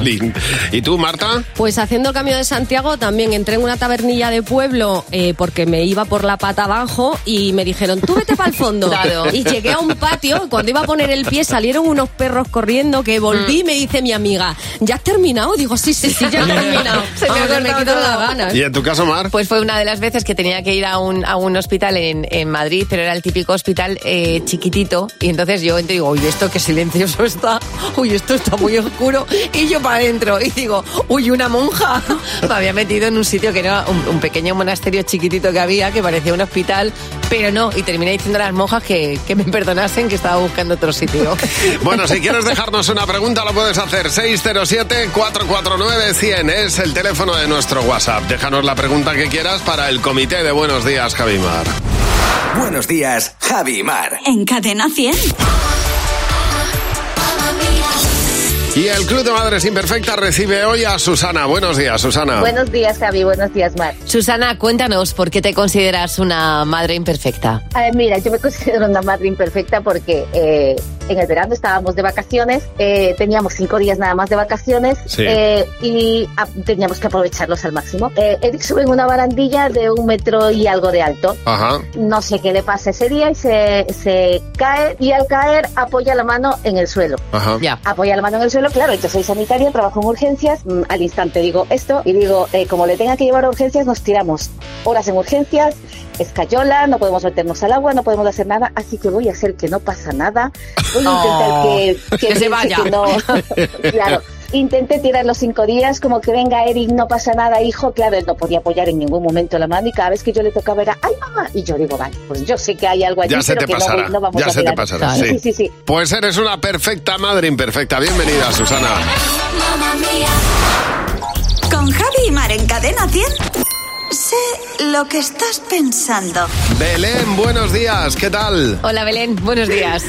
[SPEAKER 3] ¿Y tú, Marta?
[SPEAKER 17] Pues haciendo el cambio de Santiago también entré en una tabernilla de pueblo eh, porque me iba por la pata abajo y me dijeron, tú vete para el fondo.
[SPEAKER 4] Claro.
[SPEAKER 17] Y llegué a un patio y cuando iba a poner el pie salieron unos perros corriendo que volví y me dice mi amiga, ¿ya has terminado? Digo, sí, sí, sí, ya he terminado.
[SPEAKER 4] Se me ha
[SPEAKER 17] Vamos,
[SPEAKER 4] cortado
[SPEAKER 17] quito
[SPEAKER 4] todo.
[SPEAKER 17] la gana.
[SPEAKER 3] ¿Y en tu caso, Mar?
[SPEAKER 4] Pues fue una de las veces que tenía que ir a un, a un hospital en, en Madrid, pero era el típico hospital eh, chiquitito. Y entonces yo entro y digo, uy, esto qué silencioso está. Uy, esto está muy oscuro. Y yo para adentro. Y digo, uy, una monja. *laughs* Me había metido en un sitio que era un, un pequeño monasterio chiquitito que había, que parecía un hospital, pero no. Y terminé diciendo a las monjas que, que me perdonasen, que estaba buscando otro sitio.
[SPEAKER 3] Bueno, si quieres dejarnos una pregunta, lo puedes hacer. 607-449-100 es el teléfono de nuestro WhatsApp. Déjanos la pregunta que quieras para el comité de Buenos Días, Javimar.
[SPEAKER 2] Buenos días, Javi Mar.
[SPEAKER 1] En Cadena 100.
[SPEAKER 3] Y el Club de Madres Imperfectas recibe hoy a Susana. Buenos días, Susana.
[SPEAKER 26] Buenos días, Javi. Buenos días, Mar.
[SPEAKER 4] Susana, cuéntanos por qué te consideras una madre imperfecta.
[SPEAKER 26] A ver, mira, yo me considero una madre imperfecta porque eh, en el verano estábamos de vacaciones, eh, teníamos cinco días nada más de vacaciones
[SPEAKER 27] Sí.
[SPEAKER 26] eh, y a- teníamos que aprovecharlos al máximo. Eh, Eric sube en una barandilla de un metro y algo de alto.
[SPEAKER 3] Ajá.
[SPEAKER 26] No sé qué le pasa ese día y se, se cae y al caer apoya la mano en el suelo.
[SPEAKER 3] Ajá.
[SPEAKER 26] Apoya la mano en el suelo, claro, yo soy sanitaria, trabajo en urgencias, mm, al instante digo esto y digo, eh, como le tenga que llevar a urgencias, nos tiramos horas en urgencias, escayola, no podemos meternos al agua, no podemos hacer nada, así que voy a hacer que no pasa nada, voy a intentar
[SPEAKER 4] Oh,
[SPEAKER 26] que,
[SPEAKER 4] que se
[SPEAKER 26] piense
[SPEAKER 4] vaya.
[SPEAKER 26] que no.
[SPEAKER 4] *laughs*
[SPEAKER 26] claro. Intenté tirar los cinco días, como que venga Eric, no pasa nada, hijo. Claro, él no podía apoyar en ningún momento la mano y cada vez que yo le tocaba era, ay, mamá. Y yo digo, vale, pues yo sé que hay algo allí,
[SPEAKER 3] Ya se te
[SPEAKER 26] pero que no
[SPEAKER 3] pasará.
[SPEAKER 26] voy- no vamos
[SPEAKER 3] ya
[SPEAKER 26] a
[SPEAKER 3] se te
[SPEAKER 26] pegar".
[SPEAKER 3] pasará.
[SPEAKER 26] Sí, sí, sí.
[SPEAKER 3] Pues eres una perfecta madre imperfecta. Bienvenida, Susana.
[SPEAKER 1] Con Javi y Mar en Cadena 100. Sé lo que estás pensando.
[SPEAKER 3] Belén, buenos días. ¿Qué tal?
[SPEAKER 4] Hola Belén, buenos días.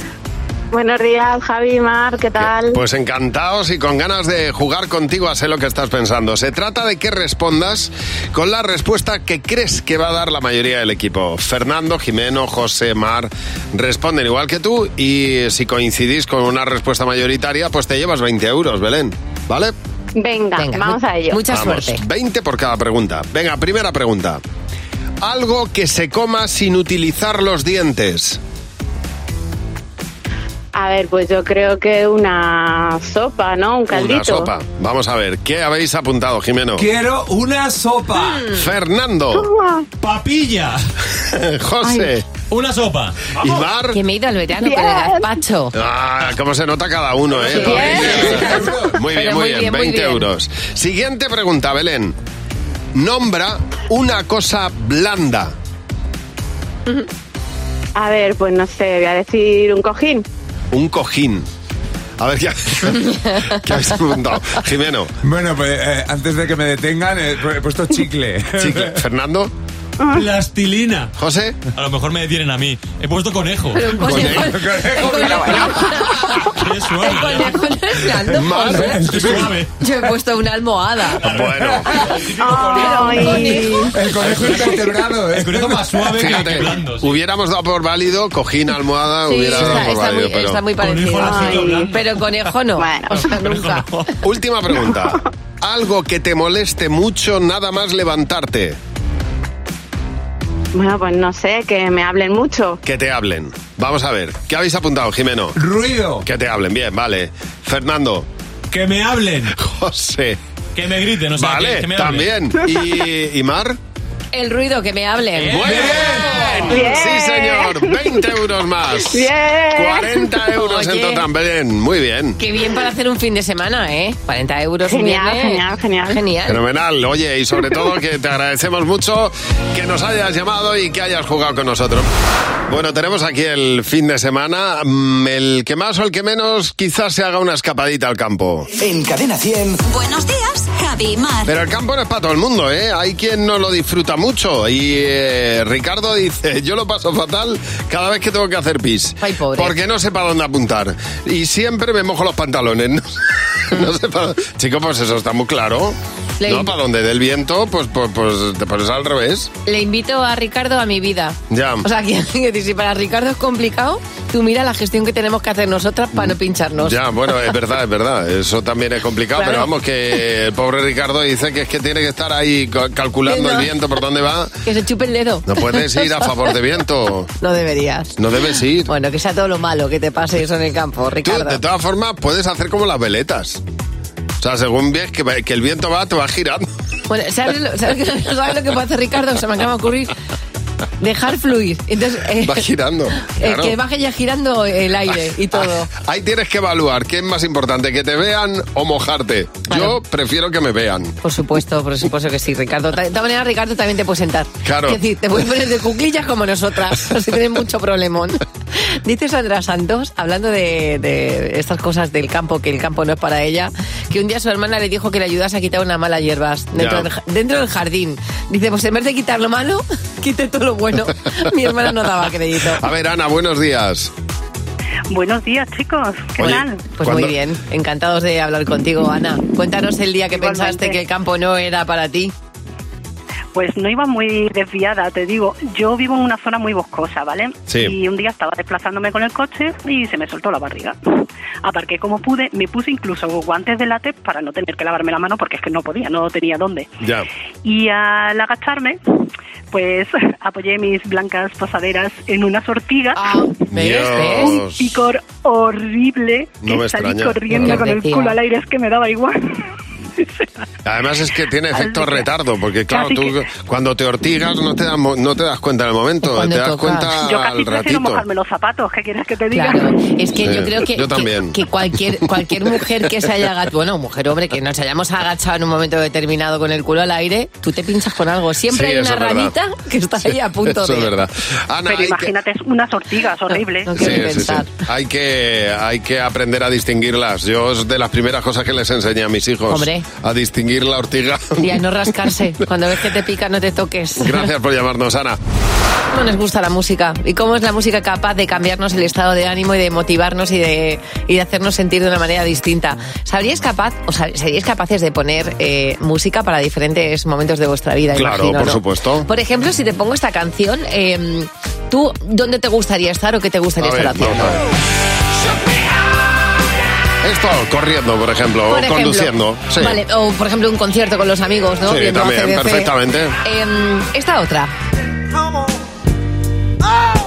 [SPEAKER 27] Buenos días, Javi, Mar, ¿qué tal?
[SPEAKER 3] Pues encantados y con ganas de jugar contigo a sé lo que estás pensando. Se trata de que respondas con la respuesta que crees que va a dar la mayoría del equipo. Fernando, Jimeno, José, Mar responden igual que tú y si coincidís con una respuesta mayoritaria, pues te llevas 20 euros, Belén. ¿Vale?
[SPEAKER 27] Venga, vamos a ello.
[SPEAKER 3] Vamos, 20 por cada pregunta. Venga, primera pregunta. Algo que se coma sin utilizar los dientes.
[SPEAKER 27] A ver, pues yo creo que una sopa, ¿no? Un caldito.
[SPEAKER 3] Una sopa. Vamos a ver, ¿qué habéis apuntado, Jimeno?
[SPEAKER 11] Quiero una sopa.
[SPEAKER 4] Mm.
[SPEAKER 3] Fernando.
[SPEAKER 6] Papilla.
[SPEAKER 3] *laughs* José.
[SPEAKER 6] Una sopa.
[SPEAKER 3] Y Mar.
[SPEAKER 4] Que me he ido al verano con
[SPEAKER 3] *laughs*
[SPEAKER 4] el gazpacho.
[SPEAKER 3] Ah, cómo se nota cada uno, ¿eh? Muy bien, muy
[SPEAKER 4] Pero *laughs* muy
[SPEAKER 3] bien,
[SPEAKER 4] bien,
[SPEAKER 3] 20
[SPEAKER 4] muy bien.
[SPEAKER 3] euros. Siguiente pregunta, Belén. Nombra una cosa blanda.
[SPEAKER 27] A ver, pues no sé, voy a decir un cojín.
[SPEAKER 3] Un cojín.
[SPEAKER 11] *laughs*
[SPEAKER 3] A ver, ¿qué, *laughs* qué habéis apuntado? Jimeno.
[SPEAKER 11] Bueno, pues eh, antes de que me detengan, eh, he puesto chicle. *laughs*
[SPEAKER 3] Chicle. Fernando.
[SPEAKER 6] Plastilina.
[SPEAKER 3] José.
[SPEAKER 6] A lo mejor me detienen a mí. He puesto conejo.
[SPEAKER 11] Pero un conejo- Conejo, conejo, mira, vaya.
[SPEAKER 6] Qué suave.
[SPEAKER 3] *laughs* Mal, ¿eh?
[SPEAKER 6] Qué suave.
[SPEAKER 4] Yo he puesto una almohada. *laughs*
[SPEAKER 3] Bueno.
[SPEAKER 11] El conejo invertebrado, ¿eh?
[SPEAKER 6] *laughs* El conejo más suave que-
[SPEAKER 3] Fíjate,
[SPEAKER 6] que blando.
[SPEAKER 3] hubiéramos dado por válido cojín, almohada,
[SPEAKER 4] Sí,
[SPEAKER 3] Ah, hubiera dado
[SPEAKER 4] está,
[SPEAKER 3] por
[SPEAKER 4] está muy,
[SPEAKER 3] válido, pero-
[SPEAKER 4] está muy parecido. Ay, pero conejo no. o sea, nunca.
[SPEAKER 3] Última pregunta.
[SPEAKER 4] *laughs*
[SPEAKER 3] Algo que te moleste mucho nada más levantarte.
[SPEAKER 27] Bueno, pues no sé, que me hablen mucho.
[SPEAKER 3] Que te hablen. Vamos a ver. ¿Qué habéis apuntado, Jimeno?
[SPEAKER 11] Ruido.
[SPEAKER 3] Que te hablen, bien, vale. Fernando.
[SPEAKER 6] Que me hablen.
[SPEAKER 3] *laughs* José.
[SPEAKER 6] Que me griten, o sea,
[SPEAKER 3] Vale,
[SPEAKER 6] que- que me hablen.
[SPEAKER 3] también. ¿Y, y Mar?
[SPEAKER 4] El ruido que me hablen.
[SPEAKER 3] Muy bien. Sí, señor. 20 euros más.
[SPEAKER 4] Bien.
[SPEAKER 3] 40 euros
[SPEAKER 4] Oye.
[SPEAKER 3] en total. Belén, muy bien.
[SPEAKER 4] Qué bien para hacer un fin de semana, ¿eh? 40 euros. un
[SPEAKER 27] Genial,
[SPEAKER 4] viernes.
[SPEAKER 27] genial, genial.
[SPEAKER 4] Genial.
[SPEAKER 3] Fenomenal. Oye, y sobre todo que te agradecemos mucho que nos hayas llamado y que hayas jugado con nosotros. Bueno, tenemos aquí el fin de semana. Mm, El que más o el que menos quizás se haga una escapadita al campo.
[SPEAKER 2] En Cadena 100.
[SPEAKER 1] Buenos días, Javi
[SPEAKER 4] *laughs*
[SPEAKER 1] y Mar.
[SPEAKER 3] Pero el campo no es para todo el mundo, ¿eh? Hay quien no lo disfruta mucho. Y eh, Ricardo dice, *laughs* yo lo paso fatal cada vez que tengo que hacer pis. Porque no sé para dónde apuntar. Y siempre me mojo los pantalones. *laughs* No, No sé para... Chico, pues eso está muy claro.
[SPEAKER 4] Le-
[SPEAKER 3] No, para donde dé el viento, pues, pues, pues te pones al revés.
[SPEAKER 4] Le invito a Ricardo a mi vida.
[SPEAKER 3] Ya.
[SPEAKER 4] O sea, *laughs* que, que si para Ricardo es complicado, tú mira la gestión que tenemos que hacer nosotras para no pincharnos.
[SPEAKER 3] Mm. Ya, bueno, es verdad, es verdad. Eso también es complicado,
[SPEAKER 4] Claro.
[SPEAKER 3] pero vamos, que el pobre Ricardo dice que es que tiene que estar ahí ca- calculando
[SPEAKER 4] Sí,
[SPEAKER 3] el
[SPEAKER 4] no.
[SPEAKER 3] viento por dónde va.
[SPEAKER 4] Que se chupe el dedo.
[SPEAKER 3] No puedes ir a favor de viento.
[SPEAKER 4] *laughs* No deberías.
[SPEAKER 3] No debes ir.
[SPEAKER 4] Bueno, que sea todo lo malo que te pase eso en el campo,
[SPEAKER 3] Tú,
[SPEAKER 4] Ricardo.
[SPEAKER 3] de todas formas, puedes hacer como las veletas. O sea, según ves que, va- que el viento va, te va girando.
[SPEAKER 4] Bueno, ¿sabes lo, sabes que- *laughs* sabes lo que puede hacer Ricardo? Se me acaba de ocurrir. Dejar fluir. Entonces, eh,
[SPEAKER 3] Va girando.
[SPEAKER 4] eh,
[SPEAKER 3] claro.
[SPEAKER 4] que baje ya girando el aire y todo.
[SPEAKER 3] Ahí tienes que evaluar qué es más importante, que te vean o mojarte. Yo prefiero que me vean.
[SPEAKER 4] Por supuesto, por supuesto que sí, Ricardo. De todas maneras, Ricardo también te puede sentar.
[SPEAKER 3] Claro.
[SPEAKER 4] Es decir, te puedes poner de cuclillas como nosotras, *laughs* si tienes
[SPEAKER 3] *laughs*
[SPEAKER 4] mucho problemón. Dice Sandra Santos, hablando de, de estas cosas del campo, que el campo no es para ella, que un día su hermana le dijo que le ayudase a quitar unas malas hierbas dentro,
[SPEAKER 3] Ya.
[SPEAKER 4] del, ja- dentro del jardín. Dice, pues en vez de quitar lo malo, *laughs* quite todo lo
[SPEAKER 3] *laughs*
[SPEAKER 4] bueno. Mi hermana no daba crédito.
[SPEAKER 3] A ver, Ana, buenos días.
[SPEAKER 4] Buenos días, chicos.
[SPEAKER 3] ¿Qué Oye, tal?
[SPEAKER 4] Pues
[SPEAKER 3] ¿cuándo-
[SPEAKER 4] muy bien. Encantados de hablar contigo, Ana. Cuéntanos el día que pensaste que el campo no era para ti.
[SPEAKER 18] Pues no iba muy desviada, te digo. Yo vivo en una zona muy boscosa, ¿vale?
[SPEAKER 19] Sí.
[SPEAKER 18] Y un día estaba desplazándome con el coche y se me soltó la barriga. Aparqué como pude, me puse incluso guantes de látex para no tener que lavarme la mano porque es que no podía, no tenía dónde.
[SPEAKER 3] Ya.
[SPEAKER 18] Y al agacharme, pues *laughs* apoyé mis blancas pasaderas en unas ortigas.
[SPEAKER 3] Ah, ¿ves? ¿ves?
[SPEAKER 18] Un picor horrible
[SPEAKER 3] No
[SPEAKER 18] que
[SPEAKER 3] me
[SPEAKER 18] salí
[SPEAKER 3] extraña.
[SPEAKER 18] corriendo con el
[SPEAKER 3] Pobrecilla.
[SPEAKER 18] culo al aire, es que me daba igual.
[SPEAKER 3] Además es que tiene efecto retardo, porque claro,
[SPEAKER 18] Casi
[SPEAKER 3] tú cuando te ortigas no te, das, mo- no te das cuenta en el momento, te
[SPEAKER 18] Cuando
[SPEAKER 3] das
[SPEAKER 18] tocas.
[SPEAKER 3] cuenta
[SPEAKER 18] Yo casi
[SPEAKER 3] al
[SPEAKER 18] prefiero
[SPEAKER 3] ratito.
[SPEAKER 18] mojarme los zapatos, ¿qué quieres que te diga?
[SPEAKER 4] Claro, es que
[SPEAKER 3] Sí,
[SPEAKER 4] yo creo que,
[SPEAKER 3] yo
[SPEAKER 4] que-
[SPEAKER 3] también.
[SPEAKER 4] que cualquier, cualquier mujer que se haya agachado, bueno, mujer, hombre, que nos hayamos agachado en un momento determinado con el culo al aire, tú te pinchas con algo. Siempre
[SPEAKER 3] Sí,
[SPEAKER 4] hay
[SPEAKER 3] eso
[SPEAKER 4] una
[SPEAKER 3] es verdad.
[SPEAKER 4] ranita que está ahí a punto
[SPEAKER 3] Eso
[SPEAKER 4] de...
[SPEAKER 3] es verdad. Ana,
[SPEAKER 18] Pero
[SPEAKER 3] hay que-
[SPEAKER 18] imagínate, es unas ortigas horribles.
[SPEAKER 3] Sí, sí, sí. Hay que hay que aprender a distinguirlas. Yo es de las primeras cosas que les enseñé a mis hijos.
[SPEAKER 4] Hombre.
[SPEAKER 3] A distinguir la
[SPEAKER 4] *laughs*
[SPEAKER 3] ortiga.
[SPEAKER 4] Y a no rascarse. Cuando ves que te pica, no te toques.
[SPEAKER 3] Gracias por llamarnos, Ana.
[SPEAKER 4] ¿Cómo nos gusta la música? ¿Y cómo es la música capaz de cambiarnos el estado de ánimo y de motivarnos y de, y de hacernos sentir de una manera distinta? ¿Sabríais capaz, o sea, seríais capaces de poner eh, música para diferentes momentos de vuestra vida?
[SPEAKER 3] Claro,
[SPEAKER 4] imagino,
[SPEAKER 3] por
[SPEAKER 4] ¿no?
[SPEAKER 3] supuesto.
[SPEAKER 4] Por ejemplo, si te pongo esta canción, eh, ¿tú dónde te gustaría estar o qué te gustaría
[SPEAKER 3] A ver,
[SPEAKER 4] estar haciendo?
[SPEAKER 3] vamos a ver. Esto, corriendo, por ejemplo,
[SPEAKER 4] Por
[SPEAKER 3] o
[SPEAKER 4] ejemplo.
[SPEAKER 3] conduciendo. Sí.
[SPEAKER 4] Vale, o por ejemplo un concierto con los amigos, ¿no?
[SPEAKER 3] Sí,
[SPEAKER 4] Viendo
[SPEAKER 3] también,
[SPEAKER 4] AC/DC.
[SPEAKER 3] perfectamente.
[SPEAKER 4] Eh, esta otra,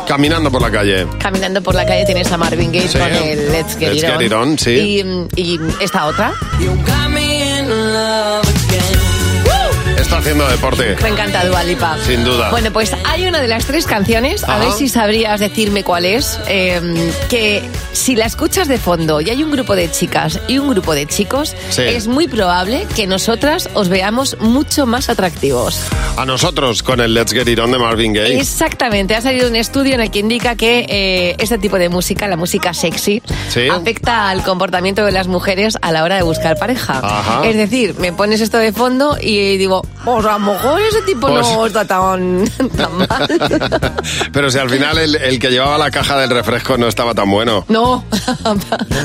[SPEAKER 3] Caminando por la calle.
[SPEAKER 4] caminando por la calle tienes a Marvin Gaye
[SPEAKER 3] Sí.
[SPEAKER 4] con el Let's Get,
[SPEAKER 3] Let's
[SPEAKER 4] It,
[SPEAKER 3] Get It On, sí.
[SPEAKER 4] Y, y esta otra.
[SPEAKER 3] está haciendo deporte.
[SPEAKER 4] Me encanta Dua Lipa.
[SPEAKER 3] Sin duda.
[SPEAKER 4] Bueno, pues hay una de las tres canciones, a
[SPEAKER 3] Ajá.
[SPEAKER 4] ver si sabrías decirme cuál es, eh, que si la escuchas de fondo y hay un grupo de chicas y un grupo de chicos,
[SPEAKER 3] Sí.
[SPEAKER 4] es muy probable que nosotras os veamos mucho más atractivos.
[SPEAKER 3] A nosotros con el Let's Get It On de Marvin Gaye.
[SPEAKER 4] Exactamente, ha salido un estudio en el que indica que eh, este tipo de música, la música sexy,
[SPEAKER 3] Sí.
[SPEAKER 4] afecta al comportamiento de las mujeres a la hora de buscar pareja.
[SPEAKER 3] Ajá.
[SPEAKER 4] Es decir, me pones esto de fondo y digo, pues a lo mejor ese tipo no
[SPEAKER 3] Pues-
[SPEAKER 4] está tan, *laughs* tan mal.
[SPEAKER 3] Pero si al final el, el que llevaba la caja del refresco no estaba tan bueno. *laughs*
[SPEAKER 4] No,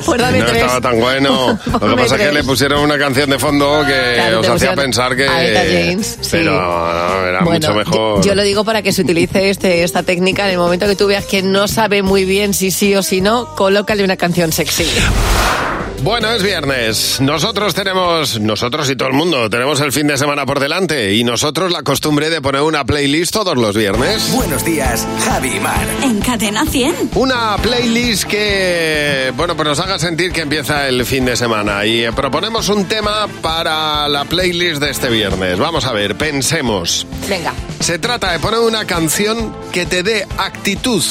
[SPEAKER 4] pues dame
[SPEAKER 3] no
[SPEAKER 4] tres.
[SPEAKER 3] estaba tan
[SPEAKER 4] *laughs*
[SPEAKER 3] bueno. Lo que
[SPEAKER 4] Ponme
[SPEAKER 3] pasa es que
[SPEAKER 4] tres.
[SPEAKER 3] le pusieron una canción de fondo que
[SPEAKER 4] Claro,
[SPEAKER 3] os
[SPEAKER 4] te
[SPEAKER 3] hacía
[SPEAKER 4] pusieron
[SPEAKER 3] pensar que.
[SPEAKER 4] a Eta James, sí.
[SPEAKER 3] Pero no, era mucho mejor.
[SPEAKER 4] Yo, yo lo digo para que se utilice este, esta técnica en el momento que tú veas que no sabe muy bien si sí o si no, colócale una canción sexy.
[SPEAKER 3] Bueno, es viernes. Nosotros tenemos, nosotros y todo el mundo, tenemos el fin de semana por delante y nosotros la costumbre de poner una playlist todos los viernes.
[SPEAKER 2] Buenos días, Javi y Mar.
[SPEAKER 1] En Cadena 100.
[SPEAKER 3] Una playlist que, bueno, pues nos haga sentir que empieza el fin de semana y eh, proponemos un tema para la playlist de este viernes. Vamos a ver, pensemos.
[SPEAKER 4] Venga.
[SPEAKER 3] Se trata de poner una canción que te dé actitud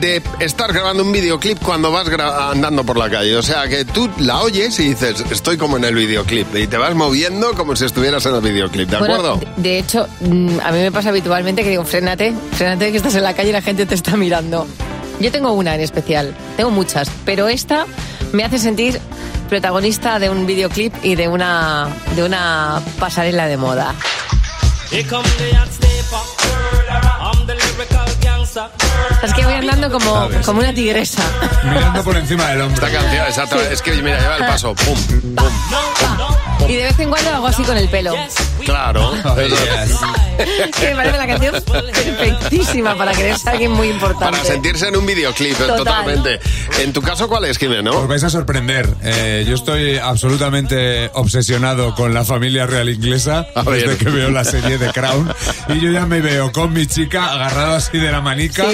[SPEAKER 3] de estar grabando un videoclip cuando vas gra- andando por la calle. O sea, que tú la oyes y dices, estoy como en el videoclip. Y te vas moviendo como si estuvieras en el videoclip, ¿de
[SPEAKER 4] Bueno,
[SPEAKER 3] acuerdo?
[SPEAKER 4] de- De hecho, mm, a mí me pasa habitualmente que digo, frénate, frénate que estás en la calle y la gente te está mirando. Yo tengo una en especial, tengo muchas, pero esta me hace sentir protagonista de un videoclip y de una, de una pasarela de moda.
[SPEAKER 19] Here come the hot stepper. I'm the lyrical gangster.
[SPEAKER 4] Es que voy andando como, como una tigresa.
[SPEAKER 3] Mirando por encima del hombro. Esta canción, exacto. Es que, mira, lleva el paso. Pum,
[SPEAKER 4] eh,
[SPEAKER 3] pum.
[SPEAKER 4] Y de vez en cuando hago así con el pelo. *laughs*
[SPEAKER 3] Claro.
[SPEAKER 4] que me parece la *laughs* canción perfectísima para creerse a alguien muy importante.
[SPEAKER 3] Para sentirse en un videoclip, eh,
[SPEAKER 4] Total.
[SPEAKER 3] totalmente. En tu caso, ¿cuál es, Jimeno?
[SPEAKER 11] Os vais a sorprender. Eh, yo estoy absolutamente obsesionado con la familia real inglesa
[SPEAKER 3] ver.
[SPEAKER 11] desde que veo la serie de Crown. Y yo ya me veo con mi chica agarrado así de la manica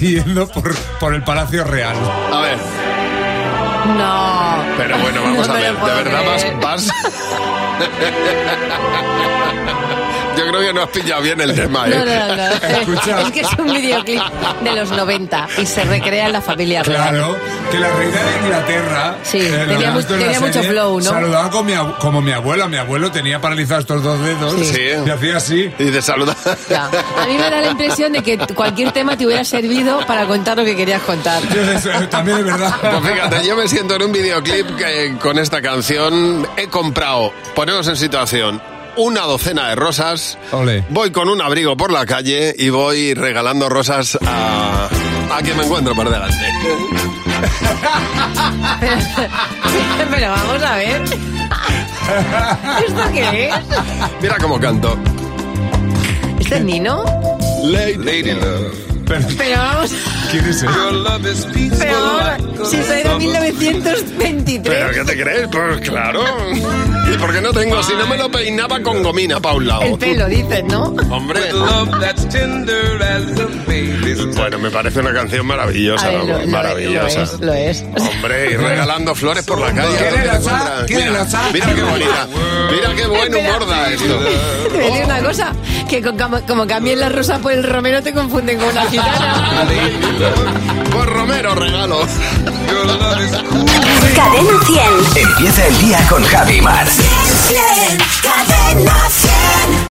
[SPEAKER 11] y yendo por, por el Palacio Real.
[SPEAKER 3] A ver.
[SPEAKER 4] No.
[SPEAKER 3] Pero bueno, vamos
[SPEAKER 11] No
[SPEAKER 3] a
[SPEAKER 11] me
[SPEAKER 3] ver.
[SPEAKER 11] lo puedo
[SPEAKER 3] De verdad
[SPEAKER 11] creer.
[SPEAKER 3] vas. vas- Yo creo que no has pillado bien el tema, ¿eh?
[SPEAKER 4] No, no, no.
[SPEAKER 3] *laughs* Escucha.
[SPEAKER 4] Es que es un videoclip de los 90 y se recrea en la familia real.
[SPEAKER 11] Claro, que la
[SPEAKER 3] Ah.
[SPEAKER 11] reina de Inglaterra eh, lo
[SPEAKER 4] tenía
[SPEAKER 11] he visto
[SPEAKER 4] mu-
[SPEAKER 11] en la
[SPEAKER 4] tenía mucho
[SPEAKER 11] serie,
[SPEAKER 4] flow, ¿no?
[SPEAKER 11] Saludaba con mi ab- como mi abuela. Mi abuelo tenía paralizados estos dos dedos
[SPEAKER 3] Sí.
[SPEAKER 11] y hacía así.
[SPEAKER 3] Y te saluda.
[SPEAKER 4] Ya. A mí me da la impresión de que cualquier tema te hubiera servido para contar lo que querías contar.
[SPEAKER 11] eh, También es verdad.
[SPEAKER 3] *laughs* Pues fíjate, yo me siento en un videoclip que, eh, con esta canción. He comprado, ponemos en situación, una docena de rosas. Voy con un abrigo por la calle y voy regalando rosas a, a quien me encuentro por delante.
[SPEAKER 4] Pero, *laughs* pero vamos a ver. ¿Esto qué es?
[SPEAKER 3] Mira cómo canto.
[SPEAKER 4] ¿Este es Nino?
[SPEAKER 3] Lady, Love. Pero,
[SPEAKER 4] Pero vamos,
[SPEAKER 11] ¿Quién es
[SPEAKER 4] pero vamos, si soy de 1923.
[SPEAKER 3] ¿Pero qué te crees? Pues claro. ¿Y por qué no tengo? Si no me lo peinaba con gomina pa' un lado.
[SPEAKER 4] El pelo, dices, ¿no?
[SPEAKER 3] Hombre. Bueno, me parece una canción maravillosa,
[SPEAKER 4] A ver,
[SPEAKER 3] ¿no?
[SPEAKER 4] lo- lo-
[SPEAKER 3] maravillosa.
[SPEAKER 4] Lo es.
[SPEAKER 3] Hombre, y regalando flores por la calle.
[SPEAKER 4] ¿Quieres
[SPEAKER 3] ¿Dónde
[SPEAKER 4] lanzar?
[SPEAKER 3] encuentras?
[SPEAKER 4] ¿Quieres
[SPEAKER 3] Mira,
[SPEAKER 4] lanzar?
[SPEAKER 3] Mira qué bonita. Mira qué buen
[SPEAKER 4] Espera.
[SPEAKER 3] humor da esto.
[SPEAKER 4] Te voy a decir una cosa, que con- como, como cambien la rosa por el romero te confunden con una gitana.
[SPEAKER 3] Por Romero regalo.
[SPEAKER 1] Cadena 100.
[SPEAKER 2] Empieza el día con Javi y Mar.
[SPEAKER 1] Cadena 100.